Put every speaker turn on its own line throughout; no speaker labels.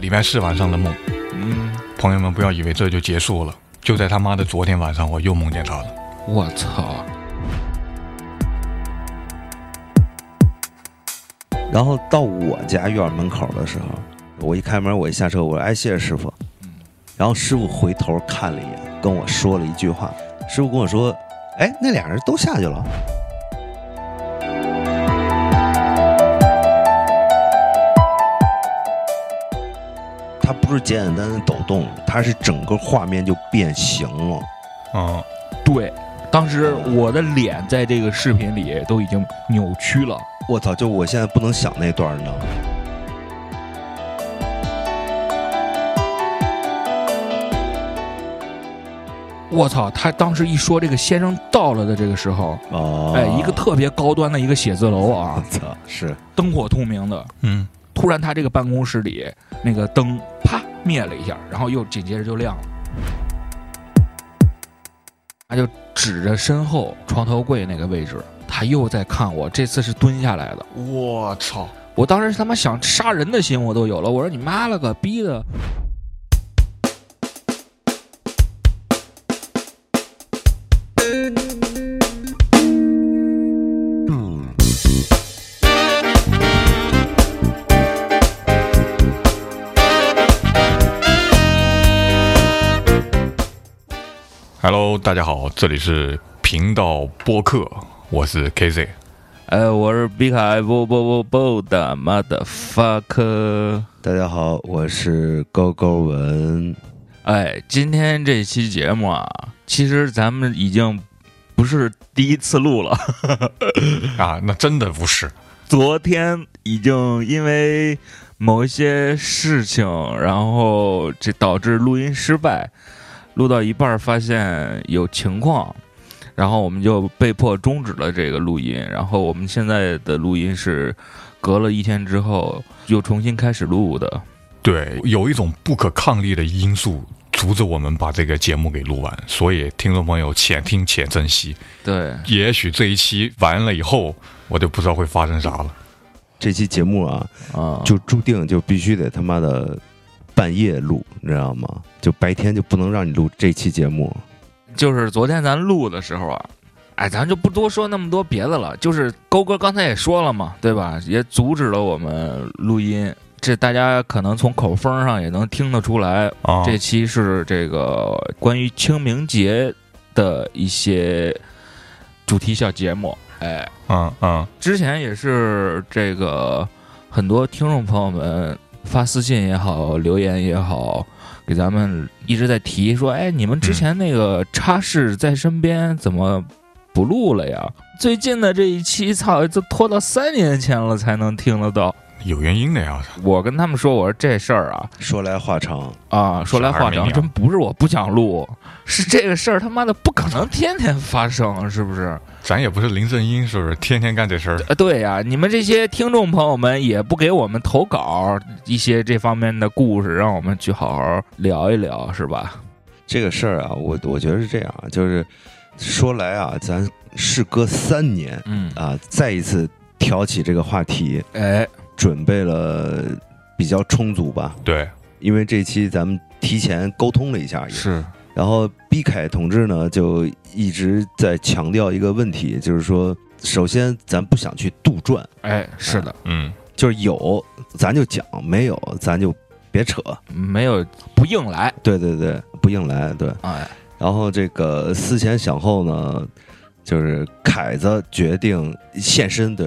礼拜四晚上的梦，
嗯，
朋友们不要以为这就结束了，就在他妈的昨天晚上我又梦见他了。
我操，
然后到我家院门口的时候，我一开门，我一下车，我说：“哎，谢谢师傅。”然后师傅回头看了一眼，跟我说了一句话。师傅跟我说：“哎，那俩人都下去了。他不是简简单单抖动，他是整个画面就变形了。
嗯，
对，当时我的脸在这个视频里都已经扭曲了。
我操！就我现在不能想那段，你知道吗？
我操！他当时一说这个先生到了的这个时候，
哦，
哎， 一个特别高端的一个写字楼
我
啊，
操，是
灯火通明的。
嗯，
突然，他这个办公室里那个灯啪灭了一下，然后又紧接着就亮了。他就指着身后床头柜那个位置，他又在看我。这次是蹲下来的，
我操！
我当时他妈想杀人的心我都有了。我说你妈了个逼的！
Hello，大家好，这里是频道播客，我是 KZ。
哎，我是比卡不不不不的妈的 fuck！
大家好，我是高高文。
哎，今天这期节目啊，其实咱们已经不是第一次录了。
啊，那真的不是，
昨天已经因为某一些事情，然后这导致录音失败，录到一半儿发现有情况，然后我们就被迫终止了这个录音。然后我们现在的录音是隔了一天之后又重新开始录的。
对，有一种不可抗力的因素阻止我们把这个节目给录完，所以听众朋友且听且珍惜。
对，
也许这一期完了以后，我就不知道会发生啥了。
这期节目啊，
啊，
就注定就必须得他妈的半夜录，你知道吗？就白天就不能让你录这期节目。
就是昨天咱录的时候啊，哎，咱就不多说那么多别的了。就是勾哥刚才也说了嘛，对吧？也阻止了我们录音。这大家可能从口风上也能听得出来，
啊，
这期是这个关于清明节的一些主题小节目。哎，
嗯嗯，
之前也是这个很多听众朋友们发私信也好，留言也好，给咱们一直在提说，哎，你们之前那个插事在身边怎么不录了呀？最近的这一期，操，都拖到三年前了才能听得到。
有原因的呀。
我跟他们说，我说这事儿啊，
说来话长，
啊，说来话
小孩没
长，
鸟
真不是我不想录，是这个事儿他妈的不可能天天发生，是不是？
咱也不是林正英，是不是天天干这事儿？
啊，对呀、你们这些听众朋友们也不给我们投稿一些这方面的故事，让我们去好好聊一聊，是吧？
这个事儿啊，我我觉得是这样，啊就是说来啊，咱事隔三年
嗯，
啊，再一次挑起这个话题，
哎，
准备了比较充足吧，
对，
因为这期咱们提前沟通了一下，也
是
然后毕凯同志呢，就一直在强调一个问题，就是说，首先咱不想去杜撰，
哎，是的，
嗯，
就是有咱就讲，没有咱就别扯。
没有不硬来，
对对对，不硬来。对，
哎，
然后这个思前想后呢，就是凯子决定现身。对，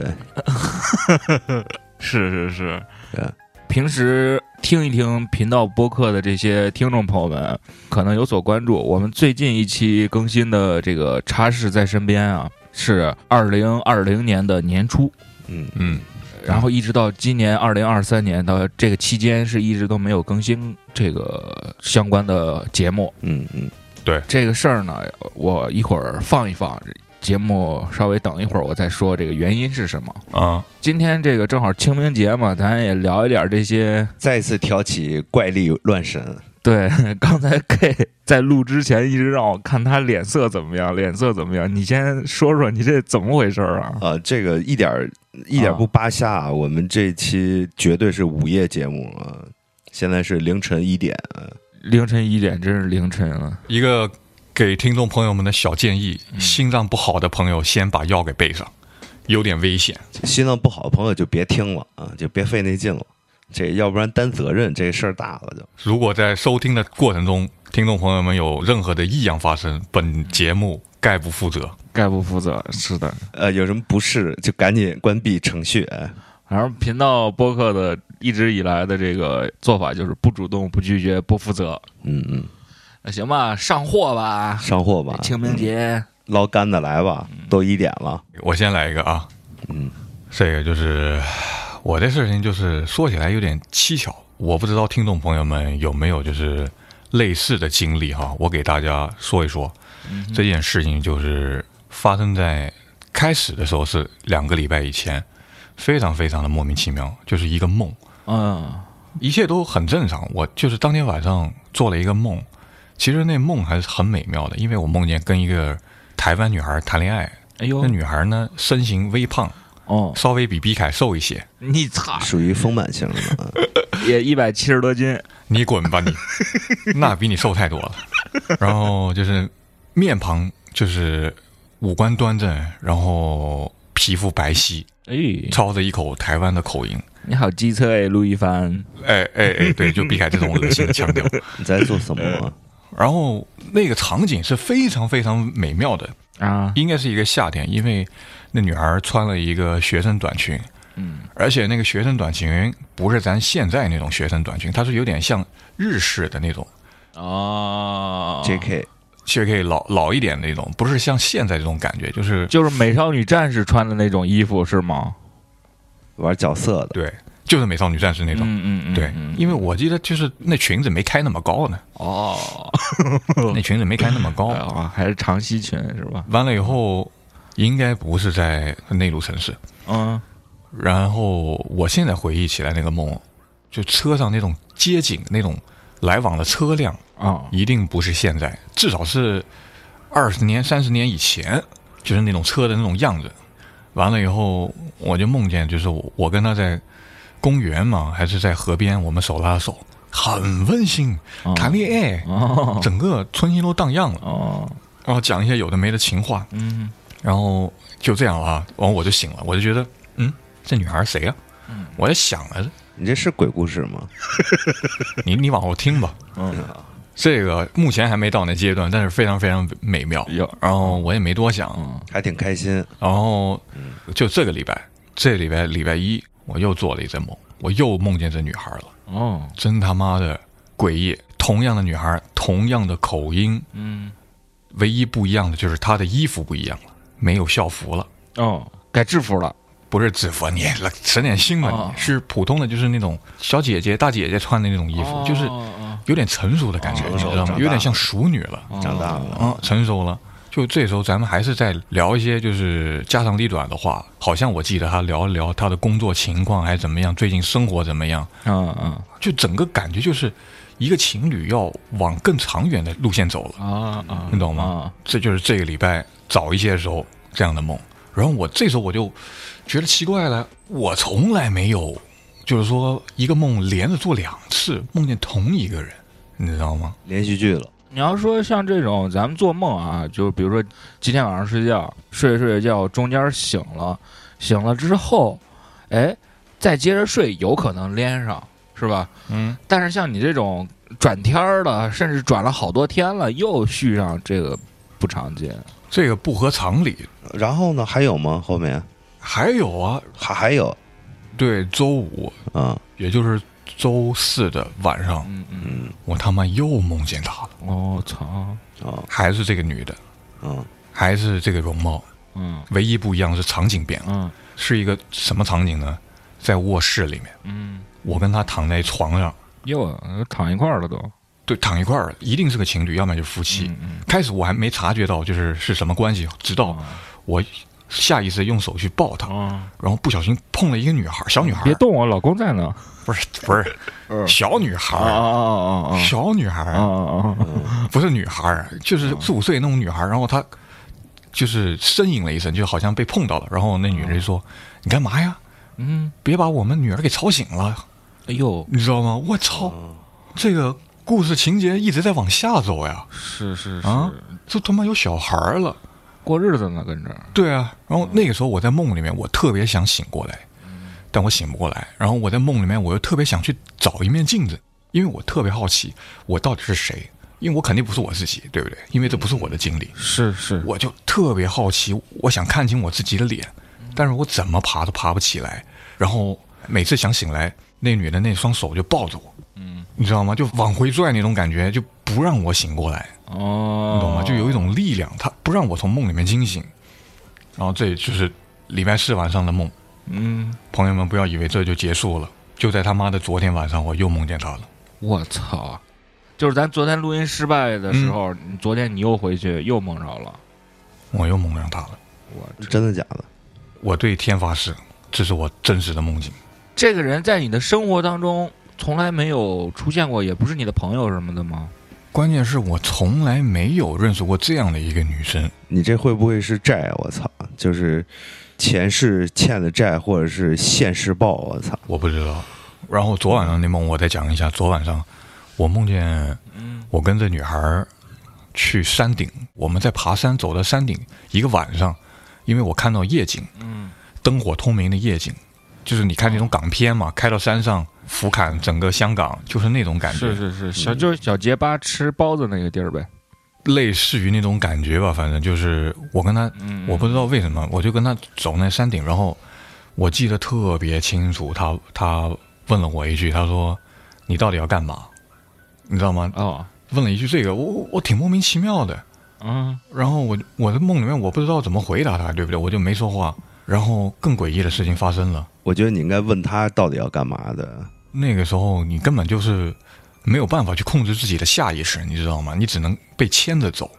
是是是
对
平时听一听频道播客的这些听众朋友们，可能有所关注。我们最近一期更新的这个《茶室在身边》啊，是二零二零年的年初，
嗯，
嗯，
然后一直到今年二零二三年到这个期间，是一直都没有更新这个相关的节目。
嗯嗯，
这个事儿呢，我一会儿放一放，节目稍微等一会儿我再说这个原因是什么。
啊，
今天这个正好清明节嘛，咱也聊一点这些。
再一次挑起怪力乱神。
对， 刚才 K 在录之前一直让我看他脸色怎么样，脸色怎么样？你先说说你这怎么回事儿啊？
啊，这个一点儿一点儿不扒瞎啊！我们这期绝对是午夜节目啊，
现在是凌晨一点，
啊
凌晨一点，真是凌晨了。
一个给听众朋友们的小建议：心脏不好的朋友先把药给备上，有点危险。
心脏不好的朋友就别听了啊，就别费那劲了，这要不然担责任这事儿大了就。
如果在收听的过程中，听众朋友们有任何的异样发生，本节目概不负责。
概不负责，是的。
呃，有什么不适就赶紧关闭程序。哎
反正频道播客的一直以来的这个做法就是不主动、不拒绝、不负责。
嗯嗯，
那行吧，上货吧，
上货吧，
清明节
捞干的来吧，
嗯
都一点了。
我先来一个啊，
嗯，
这个就是我这事情，就是说起来有点蹊跷，我不知道听众朋友们有没有就是类似的经历哈，我给大家说一说、这件事情，就是发生在开始的时候是两个礼拜以前，非常非常的莫名其妙，就是一个梦，
嗯，
一切都很正常。我就是当天晚上做了一个梦，其实那梦还是很美妙的，因为我梦见跟一个台湾女孩谈恋爱，
哎呦
那，女孩呢身形微胖，
哦，
稍微比毕凯瘦一些。
你操，
属于丰满型的嘛，嗯
也一百七十多斤，
你滚吧你， 那比你瘦太多了。然后就是面庞就是五官端正，然后皮肤白皙，
哎，
操着一口台湾的口音。
你好机车哎，陆一帆，
哎哎哎，对，就避开这种恶心的腔调。
你在做什么啊？
然后那个场景是非常非常美妙的，
啊，
应该是一个夏天，因为那女孩穿了一个学生短裙，
嗯，
而且那个学生短裙不是咱现在那种学生短裙，它是有点像日式的那种，
哦
J.K.
却可以老老一点的那种，不是像现在这种感觉，就是
就是美少女战士穿的那种衣服是吗？
玩角色的，
对，就是美少女战士那种。
嗯嗯嗯，
对，因为我记得就是那裙子没开那么高呢，
哦，
那裙子没开那么
哎
高。
呦还是长西裙是吧？
完了以后，应该不是在内陆城市。
嗯，
然后我现在回忆起来那个梦，就车上那种街景那种来往的车辆，
哦，
一定不是现在，至少是二十年、三十年以前，就是那种车的那种样子。完了以后，我就梦见，就是我我跟他在公园嘛，还是在河边，我们手拉手，很温馨，
哦
谈恋爱，
哦
整个春心都荡漾了，
哦，
然后讲一些有的没的情话，
嗯
然后就这样了啊，完我就醒了，我就觉得，嗯，这女孩谁呀、
嗯
我在想来着，
你这是鬼故事吗？
你你往后听吧。
嗯，
这个目前还没到那阶段，但是非常非常美妙。
有，
然后我也没多想，
嗯
还挺开心，
然后就这个礼拜，这礼拜礼拜一，我又做了一阵梦，我又梦见这女孩了，
哦，
真他妈的诡异！同样的女孩，同样的口音，
嗯
唯一不一样的就是她的衣服不一样了，没有校服了，
哦，改制服了，
不是制服，你了省点心吧你，
哦
是普通的，就是那种小姐姐、大姐姐穿的那种衣服，就是
哦
有点成熟的感觉，
哦
你知道
长大
吗？
了
有点像熟女了。
哦
长大了，
啊，成熟了。就这时候，咱们还是在聊一些就是家长里短的话，好像我记得他聊一聊他的工作情况，还怎么样，最近生活怎么样，
嗯嗯
就整个感觉就是一个情侣要往更长远的路线走了，
啊啊，
你懂吗？
啊
这就是这个礼拜早一些的时候这样的梦。然后我这时候我就觉得奇怪了，我从来没有就是说一个梦连着做两次，梦见同一个人，你知道吗？
连续剧了，
你要说像这种，咱们做梦啊，就比如说今天晚上睡觉，睡着睡着觉，中间醒了，醒了之后，哎，再接着睡，有可能连上，是吧？
嗯，
但是像你这种转天儿了，甚至转了好多天了，又续上，这个不常见。
这个不合常理。
然后呢？还有吗？后面
还有啊，
还还有
对，周五，
啊，
也就是周四的晚上，
嗯嗯，
嗯
我他妈又梦见她了，
我、操，
啊
还是这个女的，
啊，
还是这个容貌，
嗯
唯一不一样是场景变了，
嗯
是一个什么场景呢？在卧室里面，
嗯，
我跟她躺在床上，
又躺一块儿了都。
对，躺一块儿，一定是个情侣，要么就是夫妻。
嗯哦
开始我还没察觉到就是是什么关系，直到我下意识用手去抱她，
啊，
然后不小心碰了一个女孩，小女孩，
别动我，老公在呢。
不是不是、小女孩，
啊啊
小女孩，
啊啊！
不是女孩儿，
哦
就是四五岁那种女孩儿，然后她就是呻吟了一声，就好像被
哦
碰到了。然后那女的就说：“你干嘛呀？
嗯，
别把我们女儿给吵醒了。
哎呦，
你知道吗？我操，这个故事情节一直在往下走呀，
是是是，
啊这他妈有小孩儿了。
过日子呢，跟着，
对啊，然后那个时候我在梦里面，我特别想醒过来，但我醒不过来。然后我在梦里面，我又特别想去找一面镜子，因为我特别好奇我到底是谁，因为我肯定不是我自己，对不对？因为这不是我的经历，
是是，
我就特别好奇，我想看清我自己的脸，但是我怎么爬都爬不起来。然后每次想醒来，那女的那双手就抱着我，嗯，你知道吗？就往回拽那种感觉，就不让我醒过来。
哦，
你懂吗？就有一种力量，它不让我从梦里面惊醒。然后这就是礼拜四晚上的梦，
嗯，
朋友们不要以为这就结束了，就在他妈的昨天晚上我又梦见他了。
我操，就是咱昨天录音失败的时候，你昨天你又回去又梦着了，
我又梦上他了。
我这
真的假的？
我对天发誓，这是我真实的梦境。
这个人在你的生活当中从来没有出现过，也不是你的朋友什么的吗？
关键是我从来没有认识过这样的一个女生。
你这会不会是债啊？我操，就是前世欠的债，或者是现世报？我操，
我不知道。然后昨晚上那梦，我再讲一下。昨晚上我梦见，我跟这女孩儿去山顶，我们在爬山，走到山顶一个晚上，因为我看到夜景，
嗯，
灯火通明的夜景，就是你看那种港片嘛，开到山上俯瞰整个香港，就是那种感觉，
是是是，小就是小结巴吃包子那个地儿呗。
类似于那种感觉吧。反正就是我跟她，
嗯
我不知道为什么，我就跟她走那山顶，然后我记得特别清楚，她她问了我一句，她说：“你到底要干嘛？”你知道吗？
哦，
问了一句这个，我我我挺莫名其妙的。
嗯
然后我我的梦里面我不知道怎么回答他，对不对？我就没说话。然后更诡异的事情发生了，
我觉得你应该问他到底要干嘛的。
那个时候你根本就是没有办法去控制自己的下意识，你知道吗？你只能被牵着走。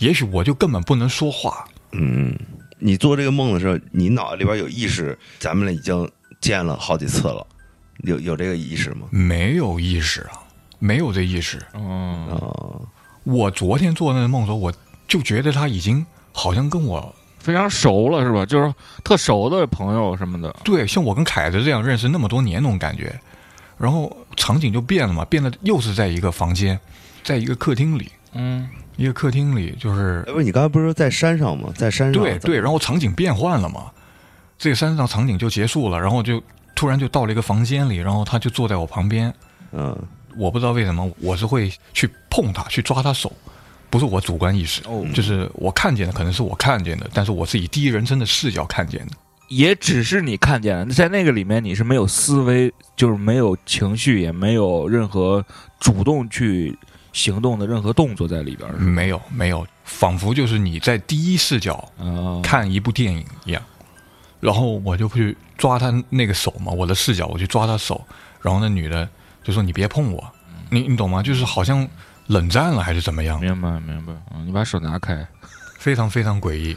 也许我就根本不能说话，
嗯，你做这个梦的时候，你脑子里边有意识，咱们已经见了好几次了，有有这个意识吗？
没有意识啊，没有这意识。
嗯，
啊，
我昨天做那个梦的时候，我就觉得他已经好像跟我
非常熟了是吧？就是特熟的朋友什么的。
对，像我跟凯子这样认识那么多年那种感觉，然后场景就变了嘛，变得又是在一个房间，在一个客厅里，
嗯，
一个客厅里就是
哎，不是你刚才不是说在山上吗？在山上
对对，然后场景变换了嘛，这个山上场景就结束了，然后就突然就到了一个房间里，然后他就坐在我旁边，
嗯，
我不知道为什么我是会去碰他，去抓他手，不是我主观意识，
哦
就是我看见的可能是我看见的，但是我是以第一人称的视角看见的。
也只是你看见了，在那个里面你是没有思维，就是没有情绪，也没有任何主动去行动的任何动作在里边儿。
没有没有，仿佛就是你在第一视角
哦，
看一部电影一样。然后我就去抓他那个手嘛，我的视角我去抓他手，然后那女的就说：“你别碰我，你你懂吗？就是好像冷战了还是怎么样，
明白明白。嗯，你把手拿开。
非常非常诡异。”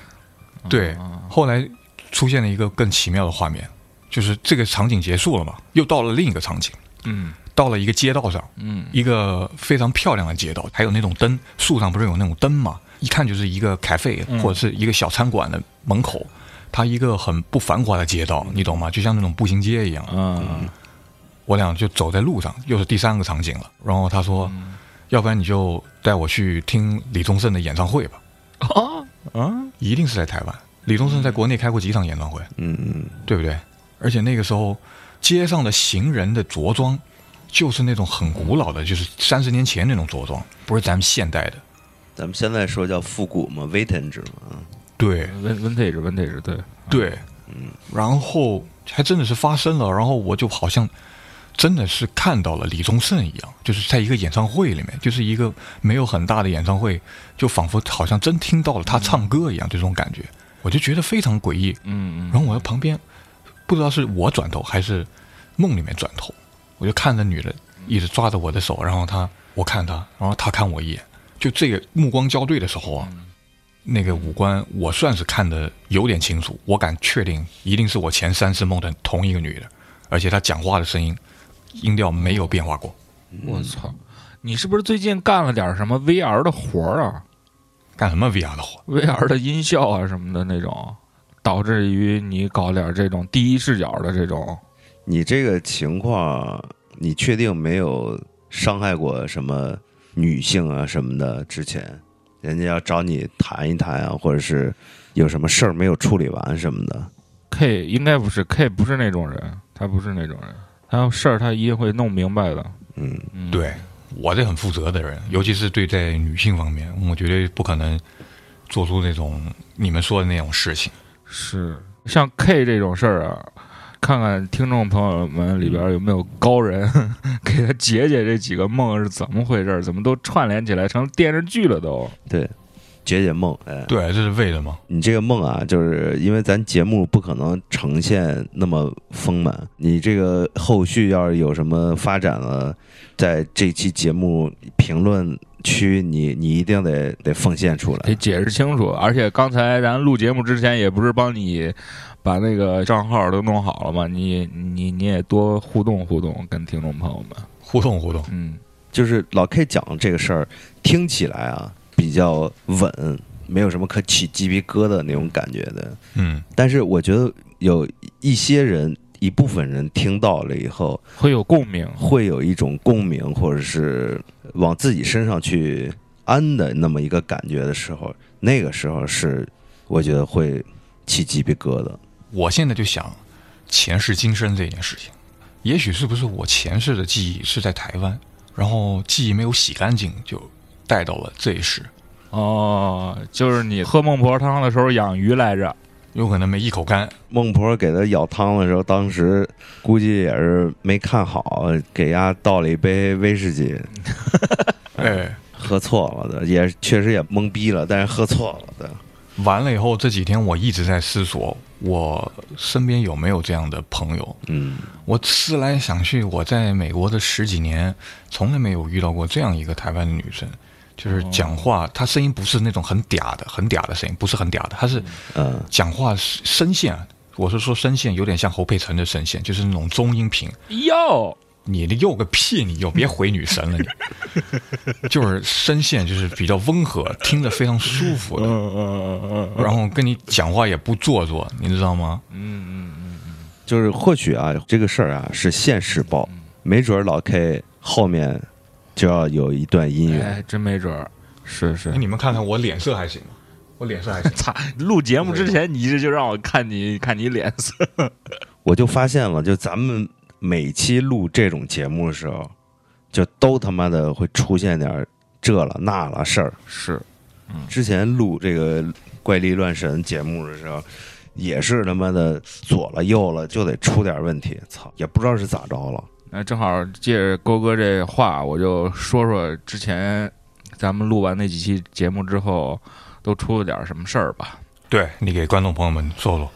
对
嗯，
后来出现了一个更奇妙的画面，就是这个场景结束了嘛，又到了另一个场景，
嗯
到了一个街道上，
嗯
一个非常漂亮的街道，还有那种灯，树上不是有那种灯嘛？一看就是一个咖啡
嗯
或者是一个小餐馆的门口，它一个很不繁华的街道，你懂吗？就像那种步行街一样。
嗯
我俩就走在路上，又是第三个场景了。然后他
嗯
说：“要不然你就带我去听李宗盛的演唱会吧。
啊啊”
一定是在台湾，李宗
嗯
盛在国内开过几场演唱会，
嗯嗯，
对不对？而且那个时候，街上的行人的着装就是那种很古老的，就是三十年前那种着装，不是咱们现代的。
咱们现在说叫复古嘛，vintage 嘛，
对
，vin vintage vintage 对，
对，嗯然后还真的是发生了，然后我就好像真的是看到了李宗盛一样，就是在一个演唱会里面，就是一个没有很大的演唱会，就仿佛好像真听到了他唱歌一样，这种感觉，我就觉得非常诡异。
嗯嗯
然后我在旁边，不知道是我转头还是梦里面转头，我就看着女的一直抓着我的手，然后她我看她，然后她看我一眼，就这个目光交对的时候啊，那个五官我算是看的有点清楚，我敢确定一定是我前三次梦的同一个女的，而且她讲话的声音音调没有变化过，
我操，嗯你是不是最近干了点什么 VR 的活儿啊
干什么 VR 的活？
？VR 的音效啊什么的那种，导致于你搞点这种第一视角的这种，
你这个情况，你确定没有伤害过什么女性啊什么的？之前人家要找你谈一谈啊，或者是有什么事儿没有处理完什么的，
K 应该不是 K 不是那种人，他不是那种人，他有事儿他一定会弄明白的。
嗯，
嗯，
对我这很负责的人，尤其是对在女性方面，我绝对不可能做出那种你们说的那种事情。
是像 K 这种事儿啊，看看听众朋友们里边有没有高人 给他解解这几个梦是怎么回事儿，怎么都串联起来成电视剧了都。
解解梦。哎，
对，这是为了吗？
你这个梦啊，就是因为咱节目不可能呈现那么丰满，你这个后续要是有什么发展了，在这期节目评论区你，你一定得得奉献出
得
来。
解释清楚，而且刚才咱录节目之前也不是帮你把那个账号都弄好了吗？你你你也多互动互动，跟听众朋友们，
互动互动，
嗯，
就是老 K 讲这个事儿，听起来啊比较稳，没有什么可起鸡皮疙瘩那种感觉的。
嗯，
但是我觉得有一些人，一部分人听到了以后，
会有共鸣。
会有一种共鸣，或者是往自己身上去安的那么一个感觉的时候，那个时候是我觉得会起鸡皮疙瘩。
我现在就想前世今生这件事情，也许是不是我前世的记忆是在台湾，然后记忆没有洗干净，就带到了这一世，
哦，就是你喝孟婆汤的时候养鱼来着，
有可能没一口干，
孟婆给他舀汤的时候，当时估计也是没看好，给丫倒了一杯威士忌，
哎，
喝错了的，也确实也懵逼了，但是喝错了的。
完了以后这几天我一直在思索，我身边有没有这样的朋友，
嗯，
我思来想去，我在美国的十几年，从来没有遇到过这样一个台湾的女生，就是讲话，她声音不是那种很嗲的、很嗲的声音，不是很嗲的，她是
嗯
讲话声线，啊我是说声线有点像侯佩岑的声线，就是那种中音频。
哟，
你的又个屁，你又别回女神 了，你就是声线就是比较温和，听着非常舒服的，
嗯嗯嗯
然后跟你讲话也不做作，你知道吗？
嗯嗯，
就是或许啊，这个事儿啊是现世报，没准儿老 K 后面就要有一段姻缘。
哎，真没准儿，是是。
哎，你们看看我脸色还行吗？我脸色还行
操！录节目之前，你这就让我看你看你脸色，
我就发现了，就咱们每期录这种节目的时候，就都他妈的会出现点儿这了那了事儿。
是
之前录这个怪力乱神节目的时候，也是他妈的左了右了就得出点问题，操，也不知道是咋着了。
那正好借着勾哥这话，我就说说之前咱们录完那几期节目之后，都出了点什么事儿吧。
对你给观众朋友们说说。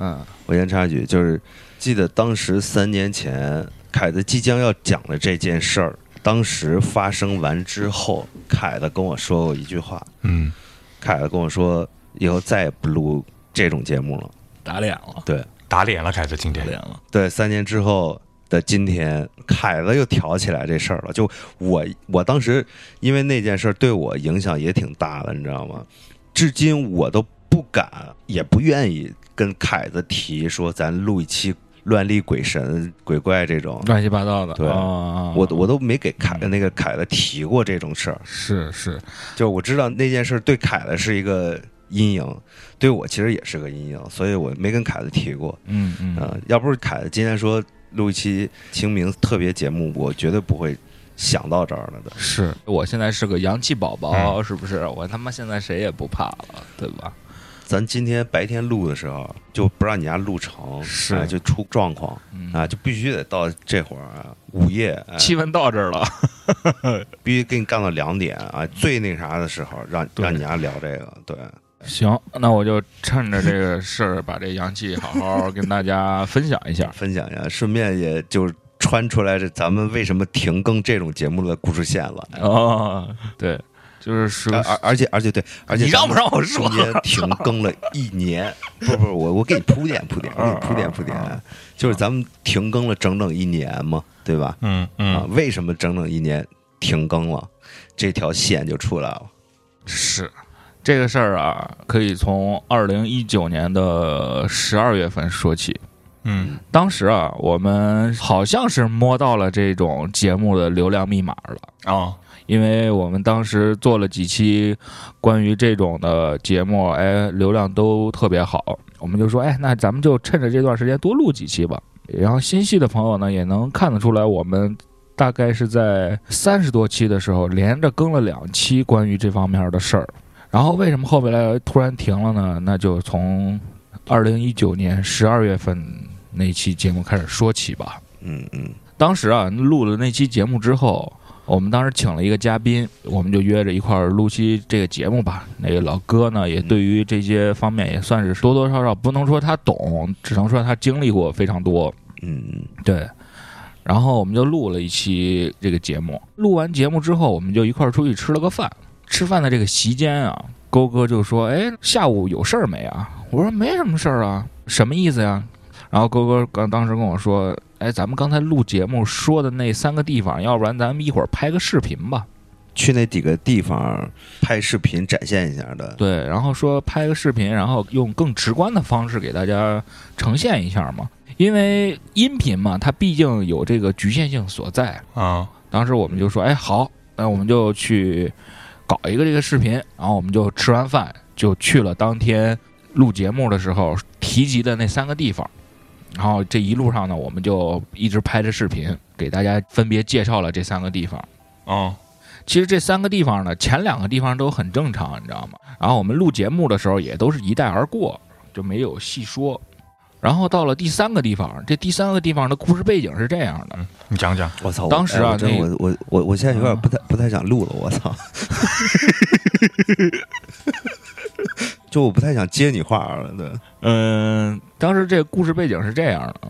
嗯，
我先插一句，就是记得当时三年前凯子即将要讲的这件事儿，当时发生完之后，凯子跟我说过一句话，
嗯，
凯子跟我说以后再也不录这种节目了。
打脸了，
打脸了，凯子今天。
了。
对，三年之后的今天，凯子又挑起来这事儿了。就我，我当时因为那件事儿对我影响也挺大的，你知道吗？至今我都不敢，也不愿意跟凯子提说咱录一期乱立鬼神、鬼怪这种。
乱七八糟的，
对
啊、
我我都没给凯
嗯
那个凯子提过这种事儿，
是是，
就我知道那件事儿对凯子是一个阴影，对我其实也是个阴影，所以我没跟凯子提过。
嗯嗯，
啊，要不是凯子今天说录一期清明特别节目，我绝对不会想到这儿了的。
是嗯我现在是个洋气宝宝，是不是？我他妈现在谁也不怕了，对吧？
咱今天白天录的时候就不让你家录成，
是
哎就出状况
嗯
啊，就必须得到这会儿啊，午夜、哎
气氛到这儿了，
必须给你干到两点啊，最那啥的时候让
对
让你家聊这个，对，
行，那我就趁着这个事儿，把这洋气好好跟大家分享一下。
分享一下，顺便也就是穿出来这咱们为什么停更这种节目的故事线了。
哦，对，就是说
而，而而且而且对，而且
你让不让我说？
中间停更了一年，不不，我我给你铺垫铺垫，我给你铺
嗯
垫铺垫，就是咱们停更了整整一年嘛，对吧？
嗯
啊
嗯，，
为什么整整一年停更了？这条线就出来了。
是这个事儿啊，可以从二零一九年的十二月份说起。
嗯
当时啊，我们好像是摸到了这种节目的流量密码了。
啊
因为我们当时做了几期关于这种的节目，哎，流量都特别好，我们就说，哎，那咱们就趁着这段时间多录几期吧。然后新系的朋友呢，也能看得出来，我们大概是在三十多期的时候，连着更了两期关于这方面的事儿。然后为什么后边来突然停了呢？那就从二零一九年十二月份那期节目开始说起吧。
嗯嗯，
当时啊，录了那期节目之后，我们当时请了一个嘉宾，我们就约着一块儿录期这个节目吧。那个老哥呢，也对于这些方面也算是多多少少，不能说他懂，只能说他经历过非常多。
嗯
对。然后我们就录了一期这个节目。录完节目之后，我们就一块儿出去吃了个饭。吃饭的这个席间啊，勾哥就说：“哎，下午有事儿没啊？”我说：“没什么事儿啊。”什么意思呀？然后勾哥刚当时跟我说：“哎，咱们刚才录节目说的那三个地方，要不然咱们一会儿拍个视频吧。”
去那几个地方拍视频展现一下的，
对，然后说拍个视频，然后用更直观的方式给大家呈现一下嘛。因为音频嘛，它毕竟有这个局限性所在。
啊
当时我们就说，哎，好，那我们就去搞一个这个视频。然后我们就吃完饭就去了当天录节目的时候提及的那三个地方。然后这一路上呢，我们就一直拍着视频，给大家分别介绍了这三个地方。
啊
其实这三个地方呢，前两个地方都很正常，你知道吗？然后我们录节目的时候也都是一带而过，就没有细说。然后到了第三个地方，这第三个地方的故事背景是这样的：
嗯，你讲讲
我操！我
当时啊
哎我真
那
我我我我现在有点
嗯
不太不太想录了，我操！ 就我不太想接你话了，对，
嗯，当时这个故事背景是这样的，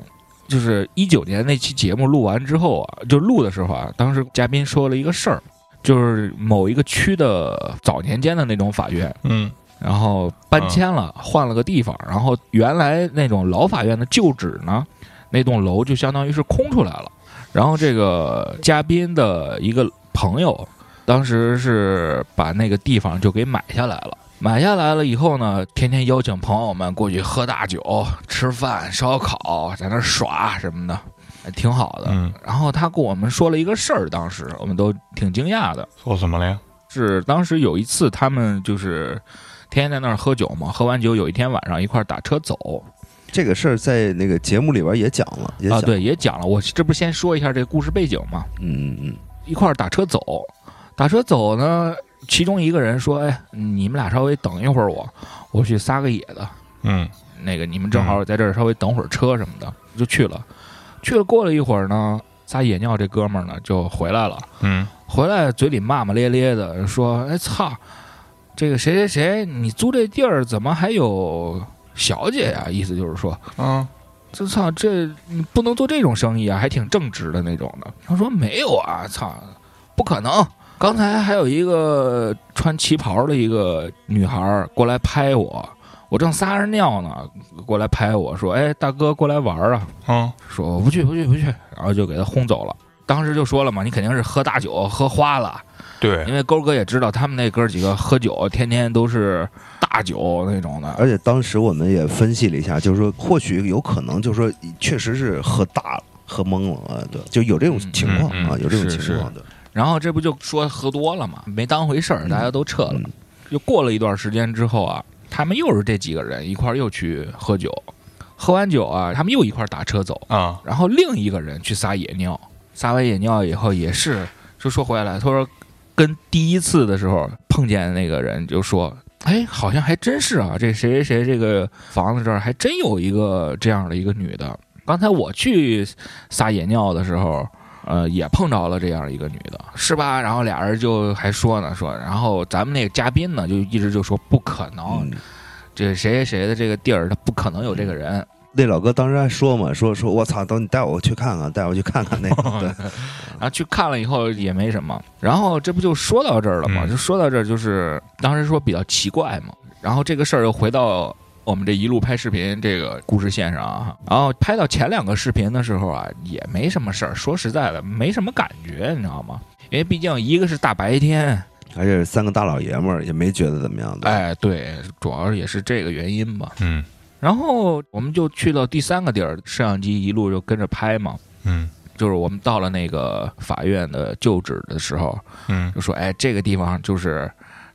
就是一九年那期节目录完之后啊，就录的时候啊，当时嘉宾说了一个事儿，就是某一个区的早年间的那种法院，
嗯
然后搬迁了，换了个地方，然后原来那种老法院的旧址呢，那栋楼就相当于是空出来了。然后这个嘉宾的一个朋友，当时是把那个地方就给买下来了。买下来了以后呢，天天邀请朋友们过去喝大酒、吃饭、烧烤，在那儿耍什么的，还挺好的。
嗯，
然后他跟我们说了一个事儿，当时我们都挺惊讶的。
说什么了呀？
是当时有一次他们就是天天在那儿喝酒嘛，喝完酒有一天晚上一块儿打车走
这个事儿在那个节目里边也讲了，也
啊，
讲，
对，也讲了，我这不先说一下这故事背景嘛，
嗯嗯
一块儿打车走，打车走呢，其中一个人说：“哎，你们俩稍微等一会儿我，我去撒个野的，
嗯
那个你们正好在这儿稍微等会儿车什么的，就去了。去了过了一会儿呢，撒野尿这哥们儿呢就回来了。”
嗯
回来嘴里骂骂咧咧的说：“哎操，这个谁谁谁，你租这地儿怎么还有小姐呀、意思就是说，
啊
这操这你不能做这种生意啊，还挺正直的那种的。他说没有啊，操，不可能。刚才还有一个穿旗袍的一个女孩儿过来拍我，我正撒着尿呢，过来拍我说：哎，大哥过来玩儿啊。
啊
说我不去不去不去，然后就给他轰走了。当时就说了嘛，你肯定是喝大酒喝花了，
对
因为勾哥也知道他们那哥几个喝酒，天天都是大酒那种的。
而且当时我们也分析了一下，就是说或许有可能，就是说确实是喝大了。喝懵了啊，对，就有这种情况
嗯嗯嗯
啊，有这种
是
情况的。
然后这不就说喝多了嘛，没当回事儿，
嗯
大家都撤了。
嗯
又过了一段时间之后啊，他们又是这几个人一块儿又去喝酒，喝完酒啊，他们又一块儿打车走，
啊
然后另一个人去撒野尿，撒完野尿以后也是，就说回来，他说跟第一次的时候碰见那个人就说，哎，好像还真是啊，这谁谁谁这个房子这儿还真有一个这样的一个女的。刚才我去撒野尿的时候，呃，也碰着了这样一个女的，是吧？然后俩人就还说呢，说，然后咱们那个嘉宾呢，就一直就说不可能，
嗯
这谁谁谁的这个地儿，他不可能有这个人。
那老哥当时还说嘛，说说我操，等你带我去看看，带我去看看那个，对，
然后去看了以后也没什么，然后这不就说到这儿了吗？
嗯
就说到这儿，就是当时说比较奇怪嘛，然后这个事儿又回到我们这一路拍视频这个故事线上啊，然后拍到前两个视频的时候啊，也没什么事儿，说实在的，没什么感觉，你知道吗？因为毕竟一个是大白天，哎
而且三个大老爷们儿也没觉得怎么样的，
哎，对，主要也是这个原因吧。
嗯
然后我们就去到第三个地儿，摄像机一路就跟着拍嘛。
嗯
就是我们到了那个法院的旧址的时候，
嗯
就说：“哎，这个地方就是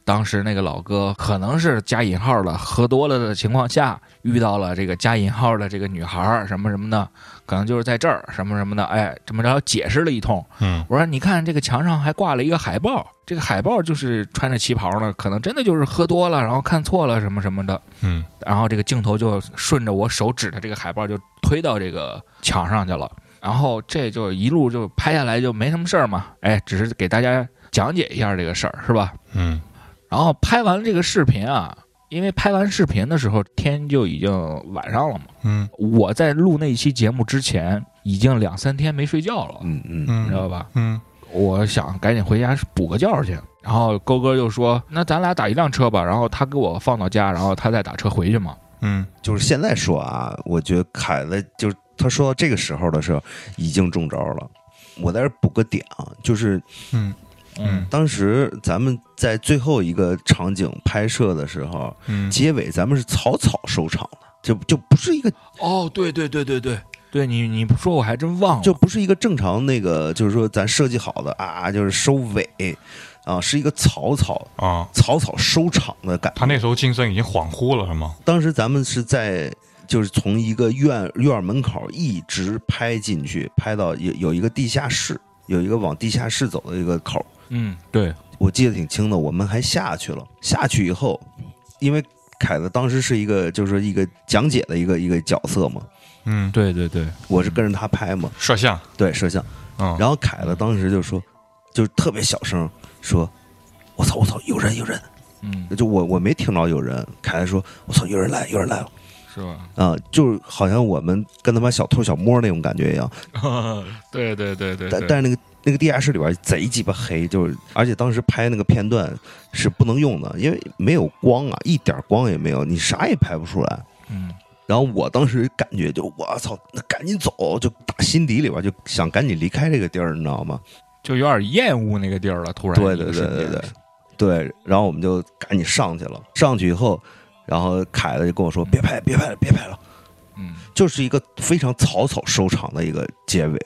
当时那个老哥可能是加引号了，喝多了的情况下遇到了这个加引号的这个女孩儿什么什么的，可能就是在这儿什么什么的。”哎，这么着解释了一通。
嗯
我说：“你看这个墙上还挂了一个海报，这个海报就是穿着旗袍呢，可能真的就是喝多了，然后看错了什么什么的。”
嗯
然后这个镜头就顺着我手指的这个海报就推到这个墙上去了，然后这就一路就拍下来就没什么事儿嘛，哎，只是给大家讲解一下这个事儿是吧？
嗯
然后拍完这个视频啊，因为拍完视频的时候天就已经晚上了嘛，
嗯
我在录那一期节目之前已经两三天没睡觉了，
嗯嗯，
你知道
嗯
吧？
嗯
我想赶紧回家补个觉去。然后勾哥就说：“那咱俩打一辆车吧。”然后他给我放到家，然后他再打车回去嘛。
嗯
就是现在说啊，我觉得凯子就是他说到这个时候的时候已经中招了。我在这儿补个点啊，就是
嗯嗯
当时咱们在最后一个场景拍摄的时候，
嗯
结尾咱们是草草收场的，就就不是一个
哦，对对对对对，对你你不说我还真忘了，
就不是一个正常那个，就是说咱设计好的啊，就是收尾啊，是一个草草
啊，
草草收场的感觉。
他那时候精神已经恍惚了，是吗？
当时咱们是在就是从一个院院门口一直拍进去，拍到有有一个地下室，有一个往地下室走的一个口儿，
嗯对，
我记得挺清的。我们还下去了，下去以后，因为凯子当时是一个就是说一个讲解的一个一个角色嘛，
嗯，
对对对，
我是跟着他拍嘛，
摄像，
对摄像。
嗯，
然后凯子当时就说，就是特别小声说：“我操我操，有人有人！”
嗯
就我我没听着有人。凯子说：“我操，有人来有人来了
是吧？
啊！”就是好像我们跟他妈小偷小摸那种感觉一样。
对对对对
但但是那个那个地下室里边贼鸡巴黑，就是而且当时拍那个片段是不能用的，因为没有光啊，一点光也没有，你啥也拍不出来。
嗯
然后我当时感觉就我操，那赶紧走，就打心底里边就想赶紧离开这个地儿，你知道吗？
就有点厌恶那个地儿了，突然
对
一个
对对
瞬
对
间
对对，然后我们就赶紧上去了。上去以后，然后凯子就跟我说：“别拍，别拍了，别拍了。
嗯”
就是一个非常草草收场的一个结尾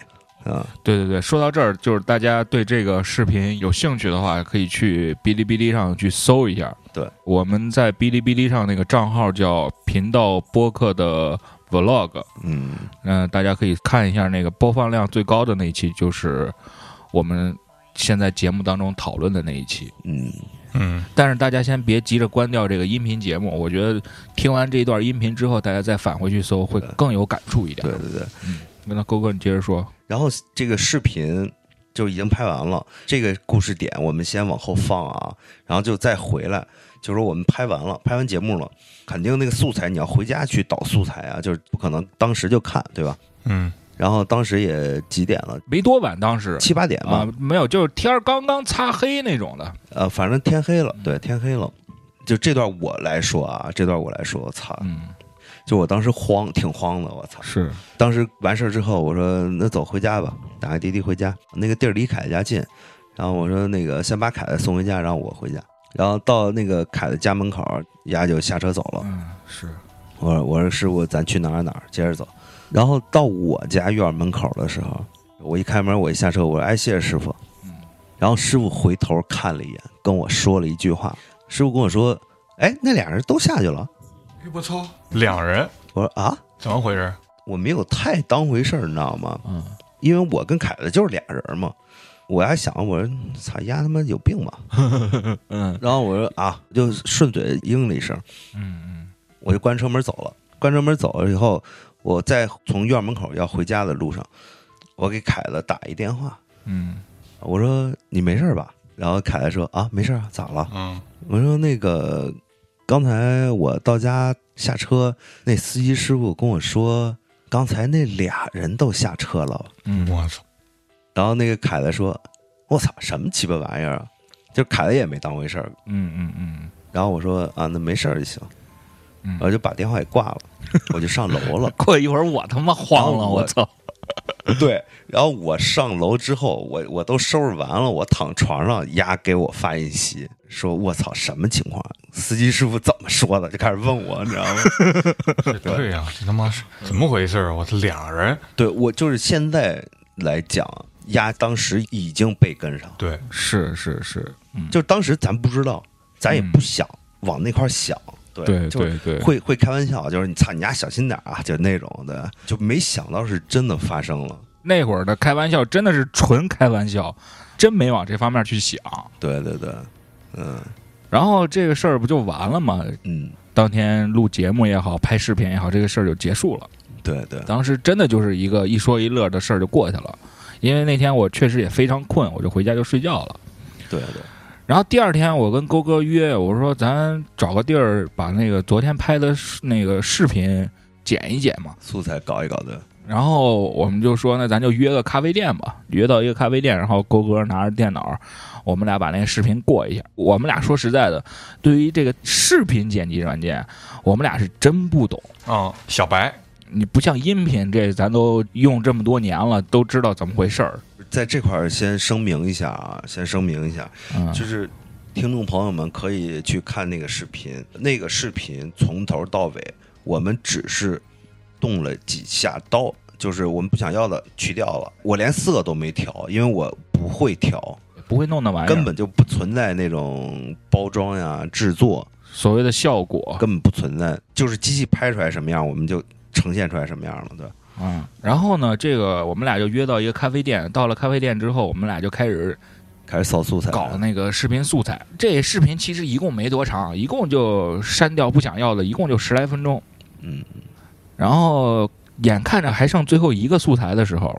啊。
对对对，说到这儿，就是大家对这个视频有兴趣的话，可以去哔哩哔哩上去搜一下。
对，
我们在哔哩哔哩上那个账号叫频道播客的 vlog，
嗯，
嗯、大家可以看一下那个播放量最高的那一期，就是我们现在节目当中讨论的那一期。
嗯，
嗯
但是大家先别急着关掉这个音频节目，我觉得听完这一段音频之后，大家再返回去搜会更有感触一点
对。对对。
那勾哥，你接着说。
然后这个视频就已经拍完了，这个故事点我们先往后放啊，然后就再回来，就说我们拍完了，拍完节目了，肯定那个素材你要回家去导素材啊，就是不可能当时就看，对吧？
嗯
然后当时也几点了？
没多晚，当时
七八点吧，
啊，没有，就是天儿刚刚擦黑那种的。
呃，反正天黑了，对，天黑了。就这段我来说啊，这段我来说，我操，
嗯，
就我当时慌，挺慌的，我操。
是，
当时完事儿之后，我说那走回家吧，打个滴滴回家。那个地儿离凯子家近，然后我说那个先把凯子送回家，然后我回家。然后到那个凯子家门口，丫就下车走了。
嗯，是，
我说我说师傅，咱去哪儿哪儿，接着走。然后到我家院门口的时候，我一开门，我一下车，我说哎，谢谢师傅。
嗯
然后师傅回头看了一眼，跟我说了一句话。师傅跟我说：“哎，那俩人都下去了。
哎
我操，两人”
我说：“啊，
怎么回事？
我没有太当回事儿，你知道吗？
嗯，
因为我跟凯子就是俩人嘛。”我还想，我说操丫他妈有病吧！
嗯，
然后我说啊，就顺嘴应了一声，
嗯
我就关车门走了。关车门走了以后，我再从院门口要回家的路上，我给凯子打一电话，
嗯嗯
我说你没事儿吧？然后凯子说啊，没事儿啊，咋了？
嗯
我说那个，刚才我到家下车，那司机师傅跟我说，刚才那俩人都下车了。
嗯，
我操，
然后那个凯子说：“我操，什么鸡巴玩意儿啊！”就凯子也没当回事儿。
嗯嗯嗯
然后我说：“啊，那没事儿就行。”
嗯
然后就把电话给挂了，我就上楼了。
过一会儿我他妈
然
慌
后
了，
我
我操！
对，然后我上楼之后，我我都收拾完了，我躺床上，丫给我发信息说：“我操，什么情况？啊司机师傅怎么说的？”就开始问我，你知道吗？
对呀、这他妈是怎么回事儿？啊我这俩人，
对我就是现在来讲，丫当时已经被跟上了，
对，
是是是，
就是当时咱不知道，咱也
嗯
不想往那块儿想，对，
对
就是
对对，
会会开玩笑，就是你操你丫小心点儿啊，就那种的，就没想到是真的发生了。
那会儿的开玩笑真的是纯开玩笑，真没往这方面去想。
对对对，嗯
然后这个事儿不就完了吗？
嗯，
当天录节目也好，拍视频也好，这个事儿就结束了。
对对，
当时真的就是一个一说一乐的事儿就过去了，因为那天我确实也非常困，我就回家就睡觉了。
对对，
然后第二天我跟勾哥约，我说咱找个地儿把那个昨天拍的视那个视频剪一剪嘛。
素材搞一搞对，
然后我们就说，那咱就约个咖啡店吧，约到一个咖啡店，然后勾哥拿着电脑，我们俩把那个视频过一下。我们俩说实在的，对于这个视频剪辑软件，我们俩是真不懂。
嗯，小白，
你不像音频这，咱都用这么多年了，都知道怎么回事儿。
在这块儿先声明一下啊，先声明一下，
嗯，
就是听众朋友们可以去看那个视频，那个视频从头到尾，我们只是动了几下刀，就是我们不想要的去掉了，我连色都没调，因为我不会调，
不会弄那玩意儿，
根本就不存在那种包装呀、制作，
所谓的效果。
根本不存在，就是机器拍出来什么样，我们就呈现出来什么样了，对吧？
嗯，然后呢，这个我们俩就约到一个咖啡店，到了咖啡店之后，我们俩就开始
开始扫素材，
搞那个视频素材。这视频其实一共没多长，一共就删掉不想要的，一共就十来分钟。
嗯，
然后眼看着还剩最后一个素材的时候，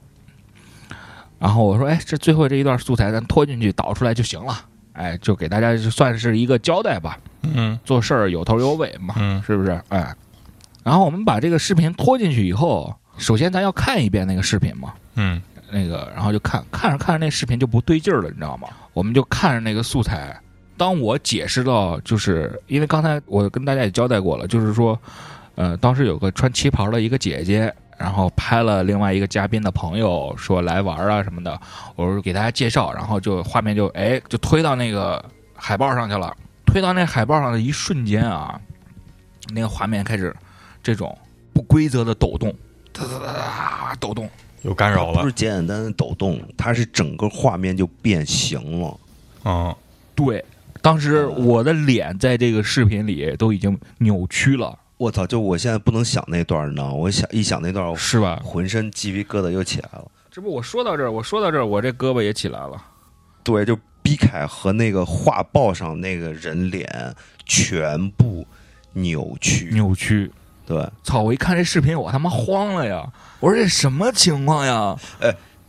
然后我说：“哎，这最后这一段素材咱拖进去导出来就行了。”哎，就给大家就算是一个交代吧，
嗯
做事儿有头有尾嘛，
嗯
是不是？哎，然后我们把这个视频拖进去以后，首先咱要看一遍那个视频嘛，
嗯，
那个，然后就看看着看着那视频就不对劲儿了，你知道吗？我们就看着那个素材。当我解释到，就是因为刚才我跟大家也交代过了，就是说，呃，当时有个穿旗袍的一个姐姐，然后拍了另外一个嘉宾的朋友说来玩儿啊什么的，我说给大家介绍，然后就画面就哎就推到那个海报上去了，推到那海报上的一瞬间啊，那个画面开始这种不规则的抖动，哒哒哒哒抖动。
有干扰
它不
了
是，简简单单抖动，它是整个画面就变形了。
嗯，
对，当时我的脸在这个视频里都已经扭曲了，
我操！就我现在不能想那段儿，你知道吗？我想一想那段儿，我
是吧？
浑身鸡皮疙瘩又起来了。
哦这不，我说到这儿，我说到这儿，我这胳膊也起来了。
对，就毕凯和那个画报上那个人脸全部扭曲。
扭曲。
对，
操！我一看这视频，我他妈慌了呀！我说这什么情况呀？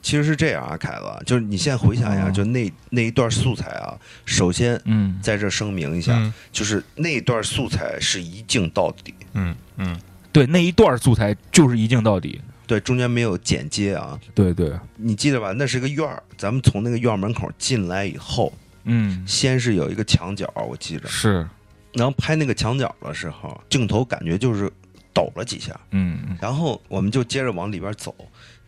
其实是这样啊，凯子，就是你现在回想一下，
哦
就那那一段素材啊，首先
嗯，
在这声明一下，
嗯
就是那段素材是一镜到底，
嗯嗯，
对，那一段素材就是一镜到底。
对，中间没有剪接啊。
对对，
你记得吧？那是个院儿，咱们从那个院儿门口进来以后，
嗯，
先是有一个墙角，我记着。
是，
然后拍那个墙角的时候，镜头感觉就是抖了几下，
嗯，
然后我们就接着往里边走。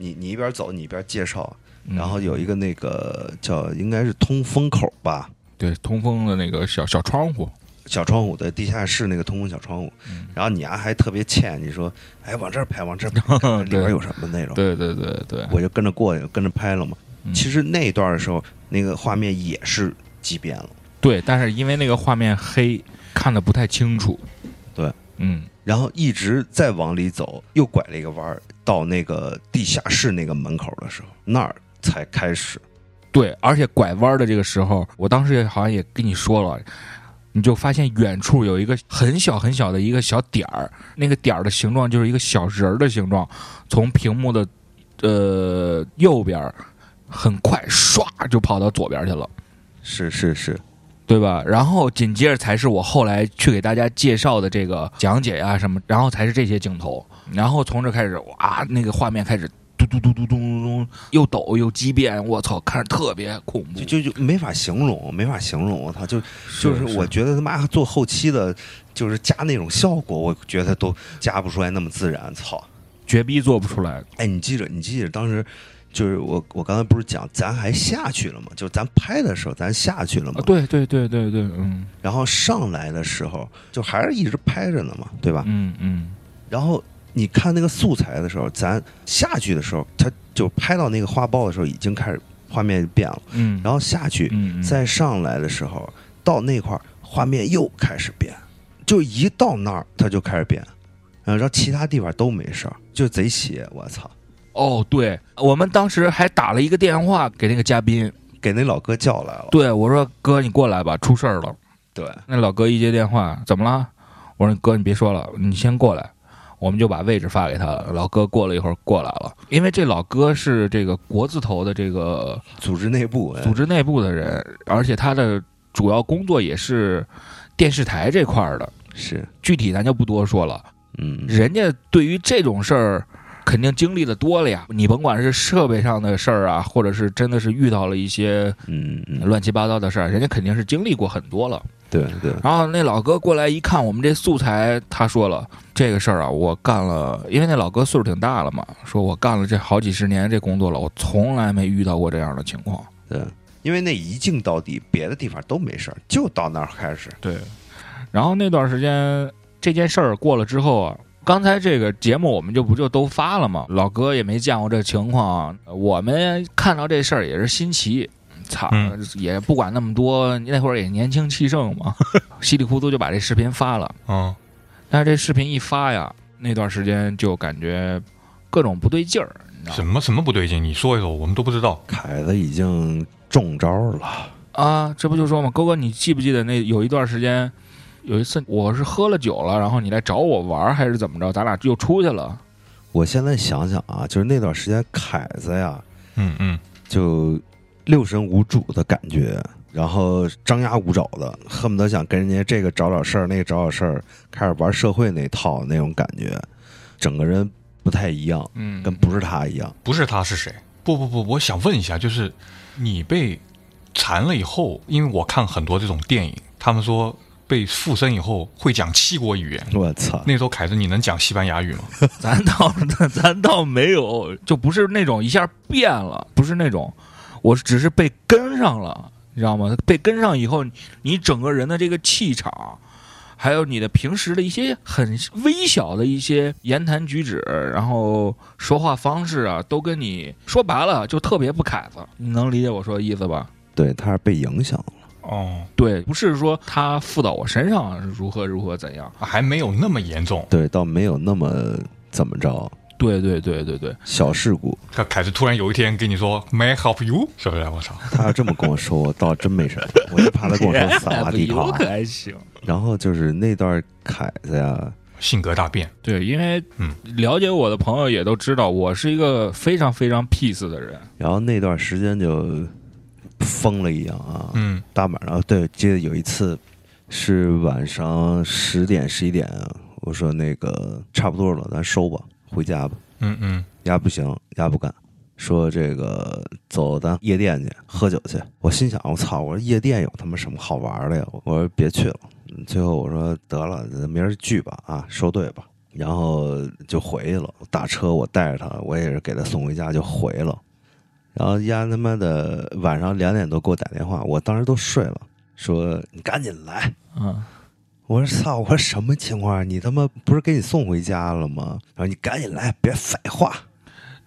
你你一边走，你一边介绍，
嗯
然后有一个那个叫应该是通风口吧，
对通风的那个小小窗 户，
小窗户的地下室那个通风小窗户。
嗯
然后你丫、还特别欠，你说哎往这儿拍，往这儿 拍，看看里边有什么那种。
对对对对，
我就跟着过去，跟着拍了嘛。
嗯
其实那一段的时候，那个画面也是畸变了。
对，但是因为那个画面黑，看的不太清楚。
对，
嗯，
然后一直再往里走，又拐了一个弯儿，到那个地下室那个门口的时候，那儿才开始。
对，而且拐弯的这个时候，我当时也好像也跟你说了，你就发现远处有一个很小很小的一个小点儿，那个点儿的形状就是一个小人儿的形状，从屏幕的呃右边儿，很快唰就跑到左边儿去了。
是是是，
对吧？然后紧接着才是我后来去给大家介绍的这个讲解啊什么，然后才是这些镜头，然后从这开始，哇，那个画面开始嘟嘟嘟嘟嘟嘟嘟，又抖又畸变，我操，看着特别恐怖
就。就就没法形容，没法形容。我操，就就是我觉得他妈做后期的，就是加那种效果，我觉得都加不出来那么自然。操，
绝逼做不出来。
哎，你记着，你记着，当时就是我，我刚才不是讲咱还下去了吗？就咱拍的时候，咱下去了嘛。
啊，对对对对对，嗯
然后上来的时候，就还是一直拍着呢嘛，对吧？
嗯嗯，
然后你看那个素材的时候，咱下去的时候，他就拍到那个花苞的时候，已经开始画面变了。
嗯，
然后下去，
嗯
再上来的时候，到那块儿画面又开始变，就一到那儿它就开始变，然后其他地方都没事儿，就贼邪，我操！
哦，对，我们当时还打了一个电话给那个嘉宾，
给那老哥叫来了，
对我说：“哥，你过来吧，出事儿了。
对，”
那老哥一接电话，怎么了？我说：“哥，你别说了，你先过来。”我们就把位置发给他了。老哥过了一会儿过来了，因为这老哥是这个国字头的这个
组织内部哎
组织内部的人，而且他的主要工作也是电视台这块儿的，
是，
具体咱就不多说了。
嗯，
人家对于这种事儿，肯定经历的多了呀。你甭管是设备上的事儿啊，或者是真的是遇到了一些
嗯嗯，
乱七八糟的事儿，人家肯定是经历过很多了。
对对，
然后那老哥过来一看我们这素材，他说了这个事儿啊，我干了，因为那老哥岁数挺大了嘛，说我干了这好几十年这工作了，我从来没遇到过这样的情况。
对，因为那一镜到底，别的地方都没事儿，就到那儿开始。
对，然后那段时间这件事儿过了之后啊，刚才这个节目我们就不就都发了吗？老哥也没见过这情况，我们看到这事儿也是新奇。操，
嗯
也不管那么多，那会儿也年轻气盛嘛，稀里糊涂就把这视频发了。
嗯，
但是这视频一发呀，那段时间就感觉各种不对劲儿，你知道吗？
什么什么不对劲？你说一说，我们都不知道。
凯子已经中招了，
啊，这不就说嘛，哥哥，你记不记得那有一段时间，有一次我是喝了酒了，然后你来找我玩儿还是怎么着？咱俩又出去了。
我现在想想啊，就是那段时间凯子呀，
嗯嗯，
就六神无主的感觉，然后张牙舞爪的，恨不得想跟人家这个找找事儿，那个找找事儿，开始玩社会那套那种感觉，整个人不太一样，
嗯
跟不是他一样。
不是他是谁？不不不，我想问一下，就是你被缠了以后，因为我看很多这种电影，他们说被附身以后会讲七国语言。
我操！
那时候凯子，你能讲西班牙语吗？
咱倒 咱倒没有，就不是那种一下变了，不是那种，我只是被跟上了，你知道吗？被跟上以后，你整个人的这个气场，还有你的平时的一些很微小的一些言谈举止，然后说话方式啊，都跟你说白了就特别不凯子，你能理解我说的意思吧？
对，他是被影响了。
哦，
对，不是说他附到我身上啊如何如何怎样，
还没有那么严重。
对，倒没有那么怎么着
对对对对对，
小事故。
凯凯子突然有一天跟你说 “May I help you”，是不是？我操！
他要这么跟我说，我倒真没什么，我就怕他跟我说
哎
萨瓦迪卡。
可还行。
啊然后就是那段凯子呀，
性格大变。
对，因为
嗯
了解我的朋友也都知道，我是一个非常非常 peace 的人。
然后那段时间就疯了一样啊，
嗯
大晚上对，记得有一次是晚上十点十一点啊，我说那个差不多了，咱收吧，回家吧。
嗯嗯，
丫不行，丫不干，说这个走，咱夜店去喝酒去。我心想，我操，我说夜店有他妈什么好玩的呀？我说别去了。嗯最后我说得了，咱明儿聚吧，啊，收队吧。然后就回去了，打车我带着他，我也是给他送回家就回了。然后丫他妈的晚上两点多给我打电话，我当时都睡了，说你赶紧来，
嗯，
我说操！我说什么情况？啊你他妈不是给你送回家了吗？然后你赶紧来，别废话。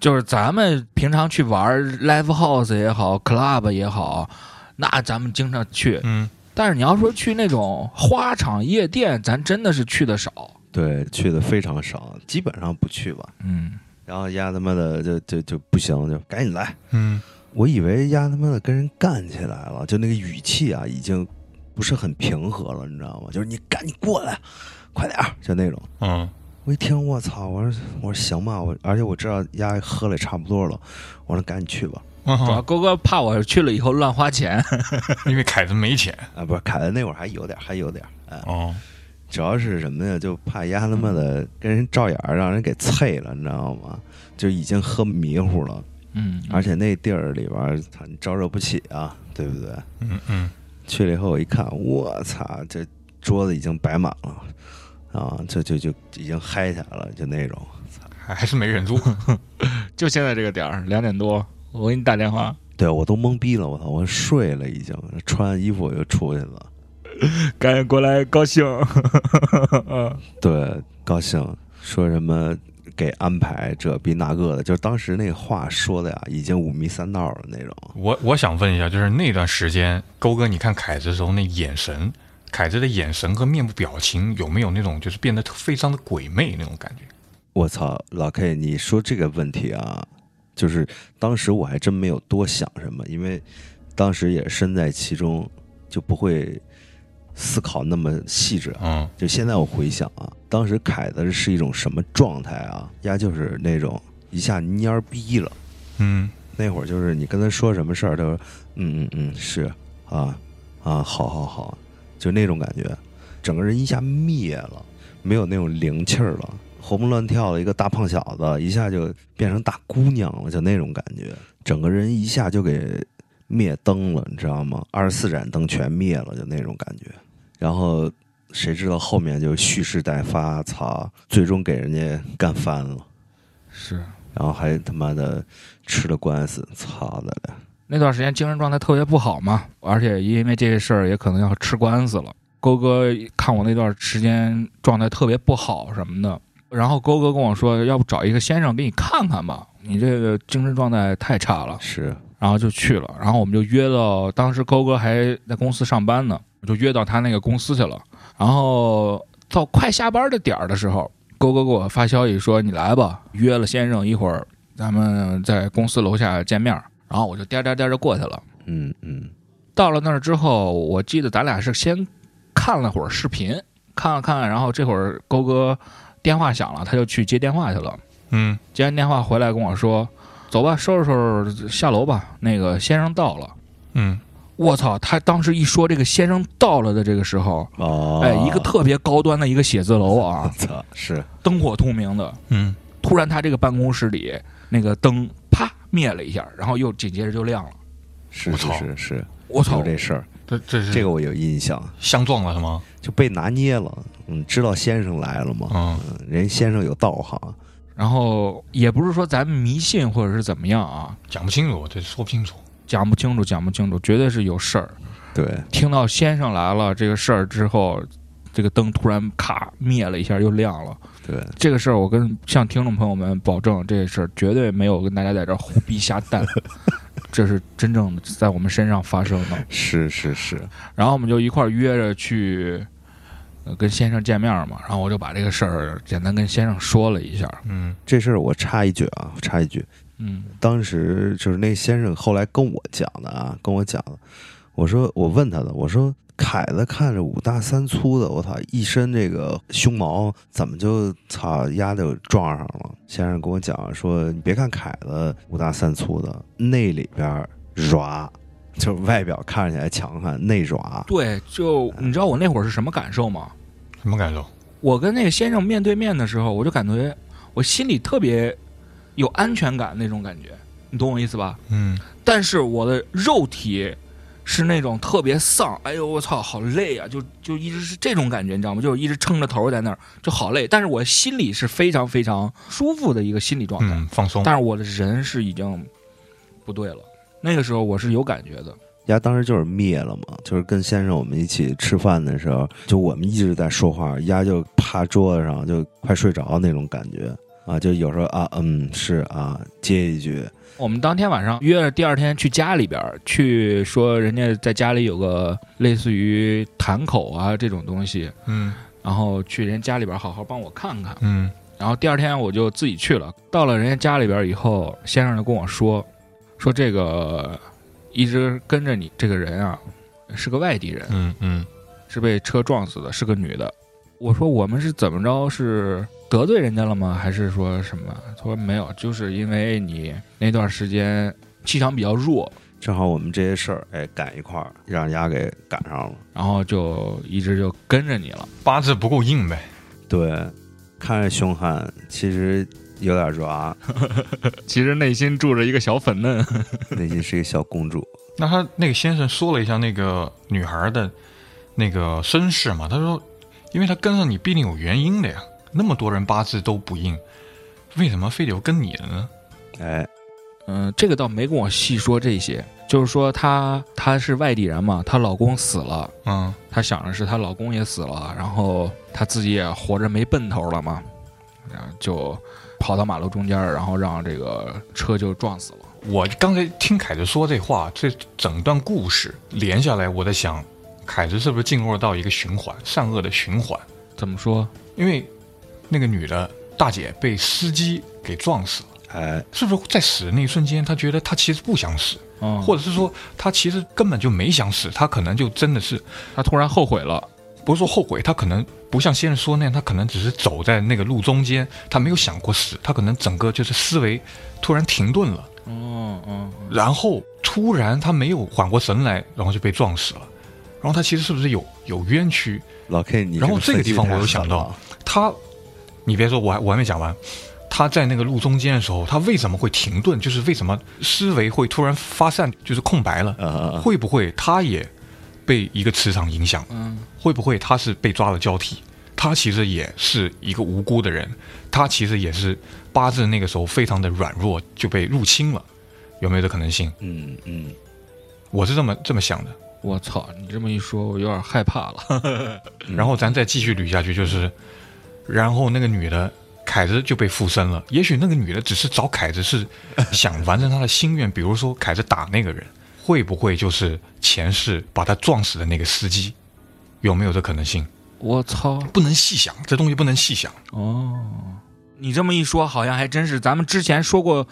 就是咱们平常去玩 live house 也好，club 也好，那咱们经常去。
嗯，
但是你要说去那种花场夜店，咱真的是去的少。
对，去的非常少，基本上不去吧。
嗯，
然后丫他妈的就就就不行，就赶紧来。
嗯，
我以为丫他妈的跟人干起来了，就那个语气啊，已经不是很平和了，你知道吗？就是你赶紧过来，快点儿，就那种。
嗯，
我一听，我操！我说我说行吧，我而且我知道丫喝了也差不多了，我说赶紧去吧。
嗯
主要
哼
哥哥怕我去了以后乱花 钱。
因为凯子没钱。
啊，不是，凯恩那会儿还有点儿，还有点儿，哎。
哦，
主要是什么呀？就怕丫他妈的跟人照眼儿，让人给啐了，你知道吗？就已经喝迷糊了，
嗯，
而且那地儿里边儿，操，你招惹不起啊，对不对？
嗯嗯，
去了以后我一看，我操，这桌子已经摆满了，啊，就就就已经嗨起来了，就那种，
还是没忍住。
就现在这个点儿，两点多，我给你打电话，
对我都懵逼了，我操，我睡了已经，穿衣服我就出去了。
赶紧过来，高兴。 嗯
对，高兴说什么给安排这逼那个的，就是当时那话说的呀，已经五迷三道了那种。
我我想问一下，就是那段时间，勾哥，你看凯子的时候那眼神，凯子的眼神和面部表情有没有那种就是变得非常的鬼魅那种感觉？
我操，老 K，你说这个问题啊，就是当时我还真没有多想什么，因为当时也身在其中，就不会思考那么细致啊。
嗯，
就现在我回想啊，当时凯子是一种什么状态啊？呀，就是那种一下蔫儿逼了。
嗯，
那会儿就是你跟他说什么事儿，他说嗯嗯嗯是啊啊好好好，就那种感觉，整个人一下灭了，没有那种灵气儿了，活蹦乱跳的一个大胖小子，一下就变成大姑娘了，就那种感觉，整个人一下就给灭灯了，你知道吗？二十四盏灯全灭了，就那种感觉。然后谁知道后面就蓄势待发，操，最终给人家干翻了，
是
然后还他妈的吃了官司，操的嘞！
那段时间精神状态特别不好嘛，而且因为这个事儿也可能要吃官司了。勾哥看我那段时间状态特别不好什么的，然后勾哥跟我说，要不找一个先生给你看看吧，你这个精神状态太差了。
是，
然后就去了，然后我们就约到当时勾哥还在公司上班呢，我就约到他那个公司去了。然后到快下班的点儿的时候，勾哥给我发消息说：“你来吧，约了先生，一会儿咱们在公司楼下见面儿。”然后我就颠颠颠就过去了。
嗯嗯，
到了那儿之后，我记得咱俩是先看了会儿视频，看了看，然后这会儿勾哥电话响了，他就去接电话去了。
嗯，
接完电话回来跟我说：“走吧，收拾收拾下楼吧，那个先生到了。”
嗯，
我操！他当时一说这个先生到了的这个时候，
哦，，
哎，一个特别高端的一个写字楼啊
操是，
灯火通明的。
嗯，
突然，他这个办公室里那个灯啪灭了一下，然后又紧接着就亮了。
是
我
是
操嗯
是是，
我操
有！这事儿，
这这是
这个我有印象，
相撞了是吗？
就被拿捏了。嗯，知道先生来了吗？
嗯
嗯，人先生有道行，
然后也不是说咱迷信或者是怎么样啊，
讲不清楚，这说不清楚。
讲不清楚，讲不清楚，绝对是有事儿。
对，
听到先生来了这个事儿之后，这个灯突然咔灭了一下，又亮了。
对，
这个事儿，我跟向听众朋友们保证，这事儿绝对没有跟大家在这儿胡逼瞎蛋，这是真正的在我们身上发生的。
是是是，
然后我们就一块儿约着去、呃跟先生见面嘛，然后我就把这个事儿简单跟先生说了一下。
嗯
这事儿我插一句啊，我插一句，
嗯
当时就是那先生后来跟我讲的啊，跟我讲的，我说我问他的，我说凯子看着五大三粗的，我操，一身这个胸毛怎么就操丫就撞上了？先生跟我讲说，你别看凯子五大三粗的，内里边儿软，就是外表看起来强悍，内软，
对，就你知道我那会儿是什么感受吗？
什么感受？
我跟那个先生面对面的时候，我就感觉我心里特别有安全感那种感觉，你懂我意思吧？
嗯，
但是我的肉体是那种特别丧，哎呦我操，好累啊，就就一直是这种感觉，你知道吗？就是一直撑着头在那儿，就好累。但是我心里是非常非常舒服的一个心理状态，
嗯，放松。
但是我的人是已经不对了。那个时候我是有感觉的，
丫当时就是灭了嘛，就是跟先生我们一起吃饭的时候，就我们一直在说话，丫就趴桌子上就快睡着那种感觉啊，就有时候啊嗯是啊接一句，
我们当天晚上约了第二天去家里边儿去说，人家在家里有个类似于坛口啊这种东西，
嗯
然后去人家里边儿好好帮我看看。
嗯
然后第二天我就自己去了。到了人家家里边儿以后，先生就跟我说，说这个一直跟着你这个人啊，是个外地人，
嗯嗯
是被车撞死的，是个女的。我说我们是怎么着？是得罪人家了吗？还是说什么？他说没有，就是因为你那段时间气场比较弱，
正好我们这些事儿哎赶一块儿，让丫给赶上了。
然后就一直就跟着你了。
八字不够硬呗。
对，看着凶悍，其实有点抓，
其实内心住着一个小粉嫩，
内心是一个小公主。
那他那个先生说了一下那个女孩的那个身世嘛，他说，因为他跟上你必定有原因的呀，那么多人八字都不硬，为什么非得要跟你的呢？
哎，
嗯，这个倒没跟我细说这些，就是说她她是外地人嘛，她老公死了，
嗯
她想着是她老公也死了，然后她自己也活着没奔头了嘛，然后就跑到马路中间儿，然后让这个车就撞死了。
我刚才听凯子说这话，这整段故事连下来，我在想，凯子是不是进入到一个循环，善恶的循环？
怎么说？
因为那个女的大姐被司机给撞死了，
哎，
是不是在死的那一瞬间，她觉得她其实不想死，
嗯，
或者是说她其实根本就没想死，她可能就真的是
她突然后悔了，
不是说后悔，她可能不像先生说那样，她可能只是走在那个路中间，她没有想过死，她可能整个就是思维突然停顿了，
嗯嗯，
然后突然她没有缓过神来，然后就被撞死了。然后她其实是不是有有冤屈？
老 K，你
然后
这
这个地方我又
有
想到，他，你别说，我还我还没讲完。他在那个路中间的时候，他为什么会停顿？就是为什么思维会突然发散，就是空白了？
啊啊啊！
会不会他也被一个磁场影响？
嗯，
会不会他是被抓了交替？他其实也是一个无辜的人，他其实也是八字那个时候非常的软弱，就被入侵了，有没有这可能性？
嗯嗯，
我是这么这么想的。
我操！你这么一说，我有点害怕了。
然后咱再继续捋下去，就是，然后那个女的凯子就被附身了。也许那个女的只是找凯子是想完成她的心愿，比如说凯子打那个人，会不会就是前世把他撞死的那个司机？有没有这可能性？
我操！
不能细想，这东西不能细想。
哦，你这么一说，好像还真是。咱们之前说过，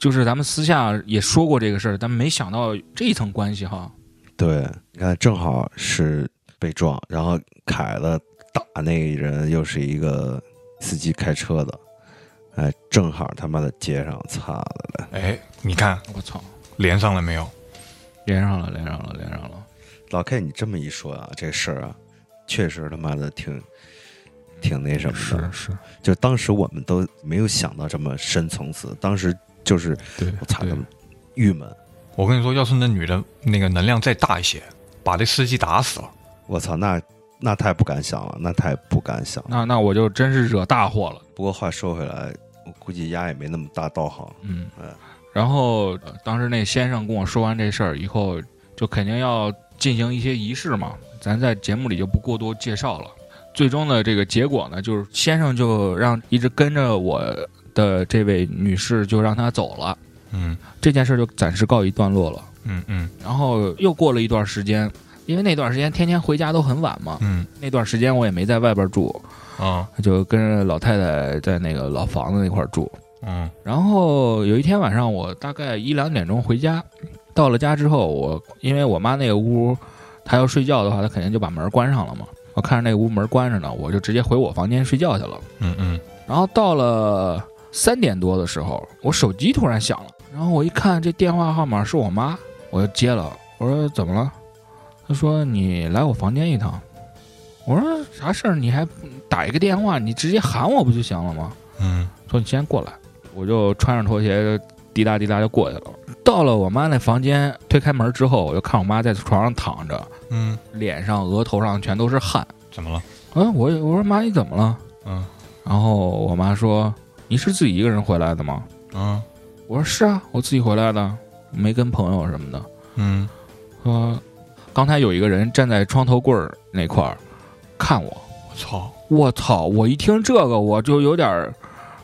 就是咱们私下也说过这个事儿，但没想到这一层关系哈。
对，你看，正好是被撞，然后凯子打那人又是一个司机开车的，哎，正好他妈的接上，擦的了，
哎，你看
我操！
连上了没有？
连上了，连上了，连上了。
老 K，你这么一说啊，这事儿啊，确实他妈的挺挺那什么的，
是，
就当时我们都没有想到这么深层次，当时就是
对，
我操，
对
他妈郁闷，
我跟你说，要是那女的那个能量再大一些，把这司机打死了，
我操，那那太不敢想了，那太不敢想了。
那那我就真是惹大祸了。
不过话说回来，我估计丫也没那么大道行，
嗯
嗯，
然后、呃当时那先生跟我说完这事儿以后，就肯定要进行一些仪式嘛，咱在节目里就不过多介绍了。最终的这个结果呢，就是先生就让一直跟着我的这位女士就让她走了，
嗯
这件事就暂时告一段落了。
嗯嗯
然后又过了一段时间，因为那段时间天天回家都很晚嘛，
嗯
那段时间我也没在外边住，
啊
就跟着老太太在那个老房子那块儿住。
嗯
然后有一天晚上，我大概一两点钟回家，到了家之后，我因为我妈那个屋，她要睡觉的话，她肯定就把门关上了嘛。我看着那个屋门关着呢，我就直接回我房间睡觉去了。
嗯嗯
然后到了三点多的时候，我手机突然响了，然后我一看这电话号码是我妈，我就接了。我说怎么了？她说你来我房间一趟。我说啥事儿？你还打一个电话，你直接喊我不就行了吗？
嗯
说你先过来，我就穿上拖鞋滴答滴答就过去了。到了我妈那房间，推开门之后，我就看我妈在床上躺着，
嗯，
脸上、额头上全都是汗。
怎么了？
嗯，我我说妈你怎么了？
嗯
然后我妈说你是自己一个人回来的吗？
嗯
我说是啊，我自己回来的，没跟朋友什么的。
嗯
说刚才有一个人站在床头柜儿那块儿看我，
我操
我操！我一听这个，我就有点儿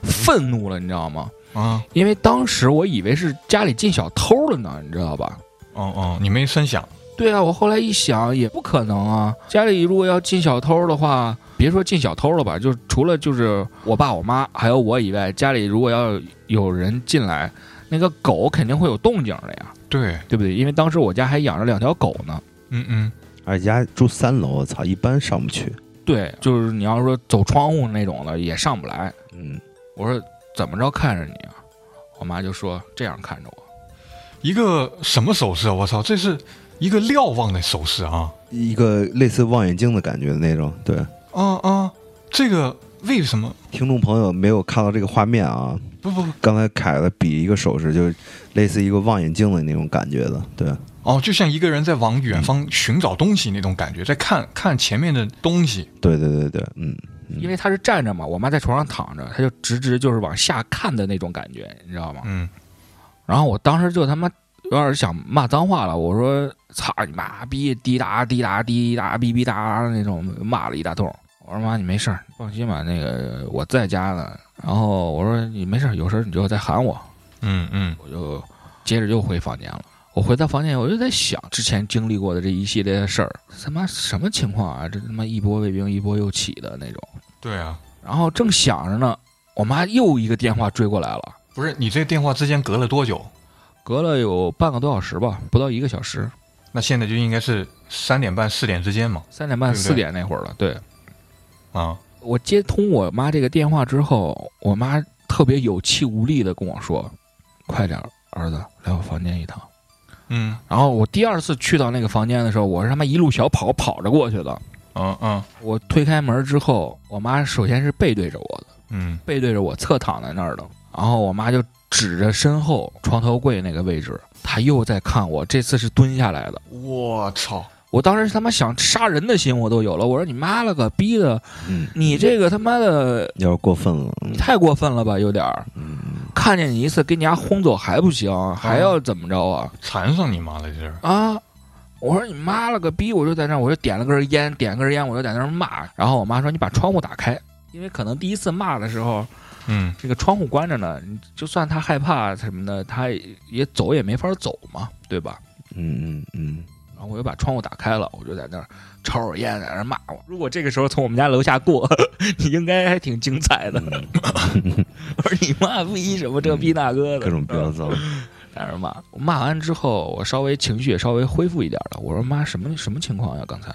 愤怒了，你知道吗？
啊！
因为当时我以为是家里进小偷了呢，你知道吧？
哦哦，你没声响。
对啊，我后来一想也不可能啊，家里如果要进小偷的话，别说进小偷了吧，就除了就是我爸我妈还有我以外，家里如果要有人进来，那个狗肯定会有动静的呀。
对，
对不对？因为当时我家还养着两条狗呢。
嗯嗯
而且丫住三楼，我操，一般上不去。
对，就是你要说走窗户那种的也上不来。
嗯，
我说怎么着看着你啊？我妈就说这样看着我。
一个什么手势啊？我操，这是一个瞭望的手势啊！
一个类似望远镜的感觉的那种。对，
啊啊，这个为什么？
听众朋友没有看到这个画面啊，
不不不，
刚才凯子比一个手势，就是类似一个望远镜的那种感觉的。对，
哦，就像一个人在往远方寻找东西那种感觉，在看看前面的东西。
对对对对，嗯因
因为她是站着嘛，我妈在床上躺着，她就直直就是往下看的那种感觉，你知道吗？
嗯，
然后我当时就他妈有点想骂脏话了，我说“操你妈逼”，滴答滴答滴答哔哔哒那种，骂了一大通。我说妈，你没事儿，放心吧，那个我在家呢。然后我说你没事儿，有事儿你就再喊我。
嗯嗯
我就接着又回房间了。我回到房间，我就在想之前经历过的这一系列的事儿，他妈什么情况啊？这他妈一波未平一波又起的那种。
对啊，
然后正想着呢，我妈又一个电话追过来了，
不是你这电话之间隔了多久？
隔了有半个多小时吧，不到一个小时。
那现在就应该是三点半四点之间嘛，
三点半
对不对
四点那会儿了。对
啊，
我接通我妈这个电话之后，我妈特别有气无力的跟我说：“快点儿，儿子，来我房间一趟。
嗯”
然后我第二次去到那个房间的时候，我是他妈一路小跑跑着过去的。
嗯嗯
我推开门之后，我妈首先是背对着我的，
嗯
背对着我侧躺在那儿的，然后我妈就指着身后床头柜那个位置，她又在看我，这次是蹲下来的。
我操，
我当时他妈想杀人的心我都有了，我说你妈了个逼的，
嗯
你这个他妈的
有点过分了，嗯
你太过分了吧，有点儿，看见你一次给你家轰走还不行，还要怎么着啊？
缠上你妈了这是，
啊！我说你妈了个逼！我就在那儿，我就点了根烟，点根烟，我就在那儿骂。然后我妈说：“你把窗户打开，因为可能第一次骂的时候，
嗯
这个窗户关着呢，你就算他害怕什么的，他也也走也没法走嘛，对吧？
嗯嗯嗯，
然后我就把窗户打开了，我就在那儿抽会儿烟，在那儿骂我。如果这个时候从我们家楼下过， 你应该还挺精彩的。 我说你妈逼什么这逼那个的，
各种飙脏，
在那儿骂。我骂完之后，我稍微情绪也稍微恢复一点了。我说妈，什么什么情况呀、刚才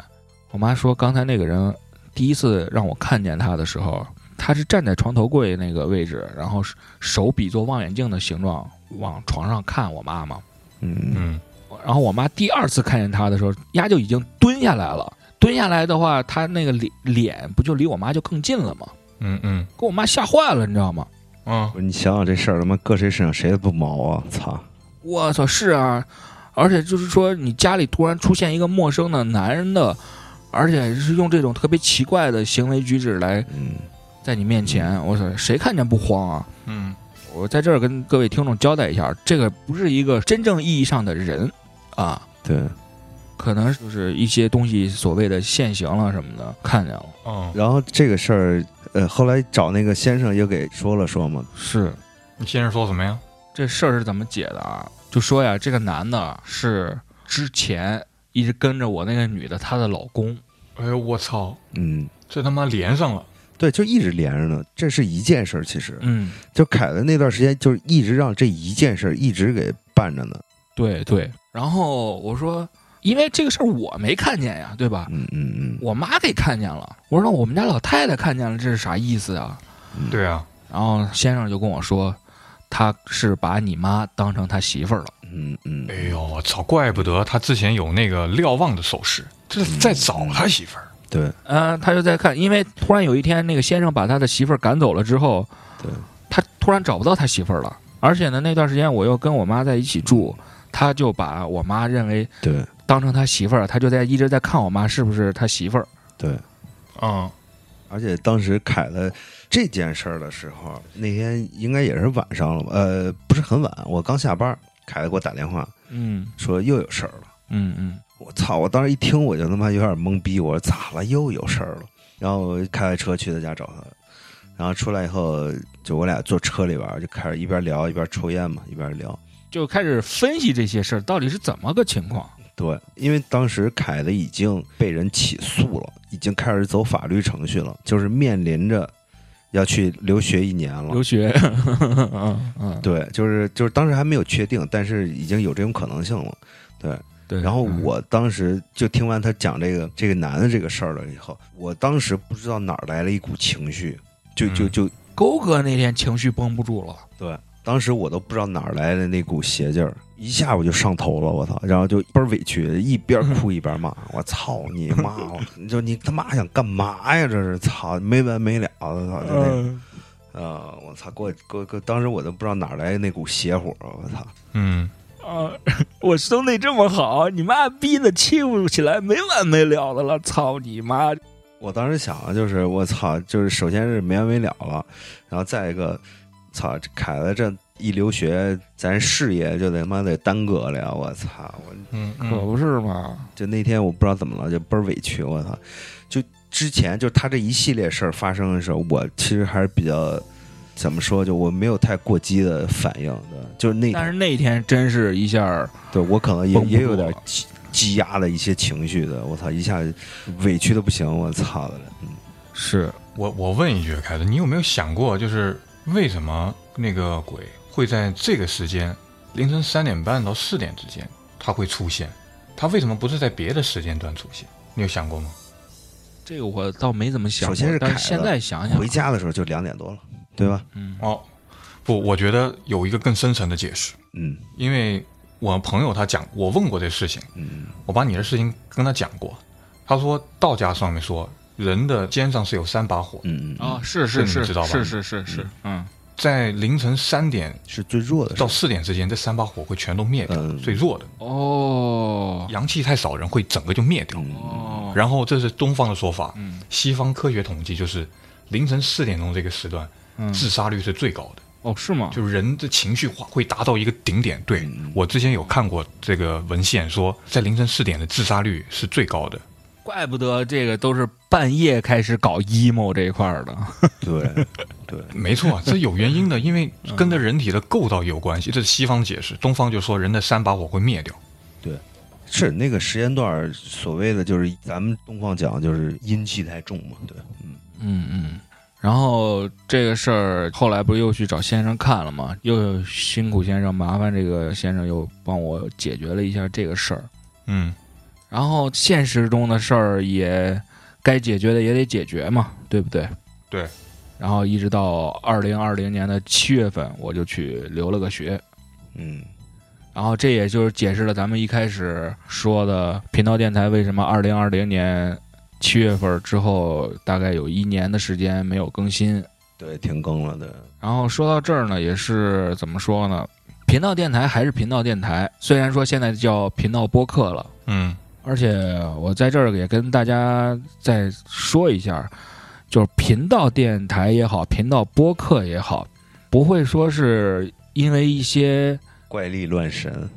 我妈说，刚才那个人第一次让我看见他的时候，他是站在床头柜那个位置，然后是手比作望远镜的形状往床上看我妈嘛。
嗯
嗯
然后我妈第二次看见他的时候，丫就已经蹲下来了。蹲下来的话，他那个脸脸不就离我妈就更近了吗？
嗯嗯
给我妈吓坏了，你知道吗？
嗯
不是你想想这事儿，他妈搁谁身上谁不毛啊？操！
我操，是啊，而且就是说，你家里突然出现一个陌生的男人的，而且是用这种特别奇怪的行为举止来
嗯，
在你面前，我操，谁看见不慌啊？
嗯，
我在这儿跟各位听众交代一下，这个不是一个真正意义上的人啊，
对。
可能就是一些东西所谓的现行了什么的看见了，
哦，
然后这个事儿，呃，后来找那个先生也给说了说嘛，
是
你先生说什么呀？
这事儿是怎么解的啊？就说呀，这个男的是之前一直跟着我那个女的，她的老公。
哎呦我操，
嗯，
这他妈连上了，
对，就一直连着呢。这是一件事儿，其实
嗯，
就凯文那段时间，就是一直让这一件事儿一直给办着呢。
对对。然后我说，因为这个事儿我没看见呀，对吧？
嗯嗯嗯，
我妈给看见了。我说那我们家老太太看见了，这是啥意思啊？
嗯
对啊，
然后先生就跟我说，他是把你妈当成他媳妇儿了。
嗯嗯
哎，呦我操，怪不得他之前有那个瞭望的手势，这是在找他媳妇儿，
对，
嗯，他就在看，因为突然有一天，那个先生把他的媳妇儿赶走了之后，
对，
他突然找不到他媳妇儿了。而且呢，那段时间我又跟我妈在一起住，他就把我妈认为
对
当成他媳妇儿，他就在一直在看我妈是不是他媳妇儿。
对。
嗯
而且当时凯子这件事儿的时候，那天应该也是晚上了吧？呃，不是很晚，我刚下班，凯子给我打电话
嗯
说又有事儿了。
嗯嗯，
我操！我当时一听我就他妈有点懵逼，我说咋了？又有事儿了？然后我开着车去他家找他，然后出来以后就我俩坐车里边儿就开始一边聊一边抽烟嘛，一边聊。
就开始分析这些事儿到底是怎么个情况。
对，因为当时凯子已经被人起诉了，已经开始走法律程序了，就是面临着要去留学一年了。
留 学，嗯嗯，
对，就是就是当时还没有确定，但是已经有这种可能性了。对，
对。
然后
嗯
我当时就听完他讲这个这个男的这个事儿了以后，我当时不知道哪儿来了一股情绪，就就
嗯
就
勾哥那天情绪绷不住了，
当时我都不知道哪儿来的那股邪劲儿，一下我就上头了，我操！然后就倍儿委屈，一边哭一边骂，我操你妈！我你就你他妈想干嘛呀？这是操没完没了的，操！就那
嗯
个啊，我操！给我给我给我，当时我都不知道哪儿来的那股邪火，我操！
嗯，
啊， 我兄弟这么好，你妈逼的欺负起来没完没了的了，操你妈！
我当时想的就是，我操，就是首先是没完没了了，然后再一个，操，这凯子这一留学，咱事业就得他妈得耽搁了呀！我操，我
嗯
可不是嘛，
就那天我不知道怎么了，就倍儿委屈，我操！就之前就他这一系列事儿发生的时候，我其实还是比较怎么说，就我没有太过激的反应的，就是那
但是那天真是一下儿
对我可能也
绷不住
也有点
了
积积压的一些情绪的，我操，一下委屈的不行，我操的了，嗯。
是
我我问一句，凯子，你有没有想过，就是为什么那个鬼会在这个时间，凌晨三点半到四点之间，它会出现？它为什么不是在别的时间段出现？你有想过吗？
这个我倒没怎么想过，
首先是
但
凯子
现在想想
回，家的时候就两点多了，对吧？
嗯，
哦，不，我觉得有一个更深层的解释，
嗯
因为我朋友他讲，我问过这事情，
嗯
我把你的事情跟他讲过，他说道家上面说人的肩上是有三把火，
嗯嗯，
哦，是
这
是
你
是
知道吧
是是是是，嗯，
在凌晨三点
是最弱的时
到
候。
四点之间，这三把火会全都灭掉，
嗯
最弱的。
哦
阳气太少，人会整个就灭掉。
嗯，
哦，
然后这是东方的说法，
嗯
西方科学统计就是凌晨四点钟这个时段，
嗯，
自杀率是最高的，
哦是吗？
就是人的情绪化会达到一个顶点。对
嗯
我之前有看过这个文献说，在凌晨四点的自杀率是最高的。
怪不得这个都是半夜开始搞 emo 这一块儿的，
对对，
没错，啊这有原因的，因 为
嗯
跟这人体的构造有关系。这是西方解释，东方就说人的三把火会灭掉。
是那个时间段儿，所谓的就是咱们东方讲就是阴气太重嘛，对，嗯，
嗯嗯。然后这个事儿后来不是又去找先生看了吗？又辛苦先生，麻烦这个先生又帮我解决了一下这个事儿。
嗯，
然后现实中的事儿也该解决的也得解决嘛，对不对？
对。
然后一直到二零二零年的七月份，我就去留了个学。
嗯，
然后这也就是解释了咱们一开始说的频道电台为什么二零二零年七月份之后大概有一年的时间没有更新。
对，停更了，对，
然后说到这儿呢，也是怎么说呢？频道电台还是频道电台，虽然说现在叫频道播客了，
嗯，
而且我在这儿也跟大家再说一下，就是频道电台也好，频道播客也好，不会说是因为一些
怪力乱神，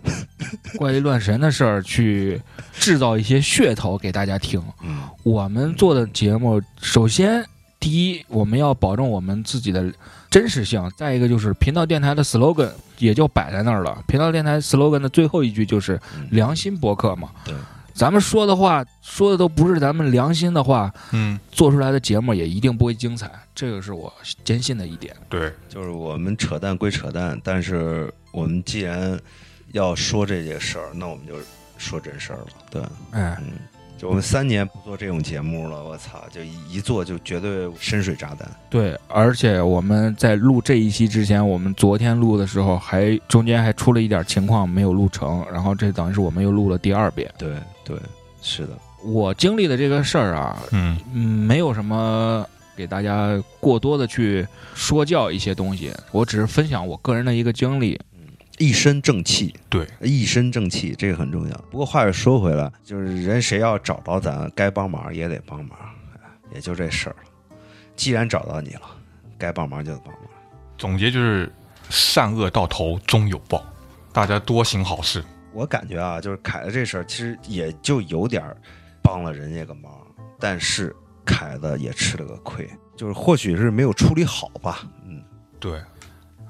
怪力乱神的事儿去制造一些噱头给大家听。
嗯
我们做的节目，首先第一，我们要保证我们自己的真实性；再一个就是频道电台的 slogan 也就摆在那儿了。频道电台 slogan 的最后一句就是“
嗯，
良心博客”嘛。
对，
咱们说的话，说的都不是咱们良心的话，
嗯，
做出来的节目也一定不会精彩，这个是我坚信的一点。
对，
就是我们扯淡归扯淡，但是我们既然要说这些事儿，那我们就说真事儿了，对，
哎，
嗯，就我们三年不做这种节目了，我操，就一一做就绝对深水炸弹。
对，而且我们在录这一期之前，我们昨天录的时候还中间还出了一点情况没有录成，然后这等于是我们又录了第二遍。
对对，是的，
我经历的这个事儿啊，
嗯
嗯，没有什么给大家过多的去说教一些东西，我只是分享我个人的一个经历。
一身正气，
对，
一身正气，这个很重要。不过话又说回来，就是人谁要找着咱，该帮忙也得帮忙，哎也就这事儿了。既然找到你了，该帮忙就得帮忙。
总结就是善恶到头终有报，大家多行好事。
我感觉啊，就是凯子这事儿，其实也就有点儿帮了人家个忙，但是凯子也吃了个亏，就是或许是没有处理好吧。嗯，
对，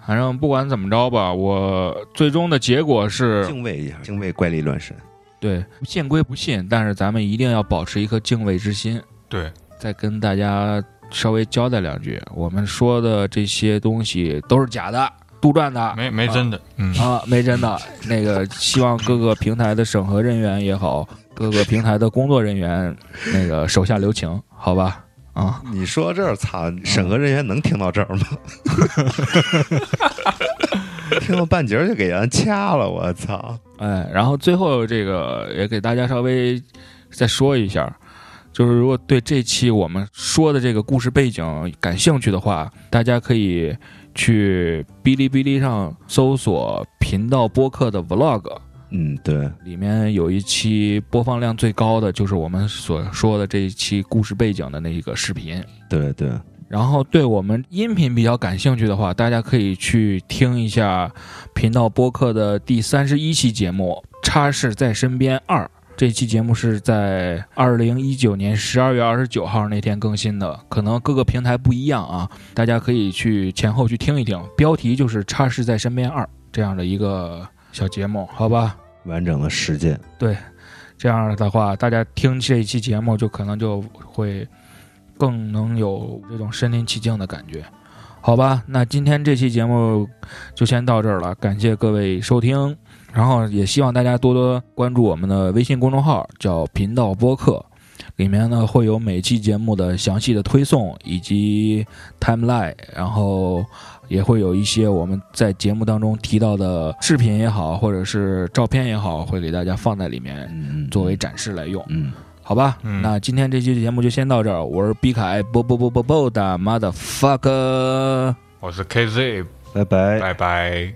反正不管怎么着吧，我最终的结果是
敬畏一下，敬畏怪力乱神。
对信归不信，但是咱们一定要保持一颗敬畏之心。
对，
再跟大家稍微交代两句，我们说的这些东西都是假的、杜撰的，
没没真的，嗯，
啊，没真的。那个，希望各个平台的审核人员也好，各个平台的工作人员，那个手下留情，好吧？啊，
你说这儿，操！审核人员能听到这儿吗？ 听到半截儿就给人掐了，我操！
哎，然后最后这个也给大家稍微再说一下，就是如果对这期我们说的这个故事背景感兴趣的话，大家可以去哔哩哔哩上搜索频道播客的 vlog，
嗯，对，
里面有一期播放量最高的就是我们所说的这一期故事背景的那一个视频。
对对，
然后对我们音频比较感兴趣的话，大家可以去听一下频道播客的第三十一期节目《插事在身边二》。这期节目是在二零一九年十二月二十九号那天更新的，可能各个平台不一样啊，大家可以去前后去听一听。标题就是《插事在身边二》这样的一个小节目，好吧？
完整的实践，
这样的话，大家听这一期节目就可能就会更能有这种身临其境的感觉，好吧？那今天这期节目就先到这儿了，感谢各位收听，然后也希望大家多多关注我们的微信公众号，叫频道播客。里面呢会有每期节目的详细的推送以及 timeline，然后也会有一些我们在节目当中提到的视频也好，或者是照片也好，会给大家放在里面，
嗯，
作为展示来用，
嗯，
好吧？
嗯
那今天这期节目就先到这儿，我是毕凯，啵啵啵啵啵的 motherfucker。
我是 KZ，
拜拜。
拜拜。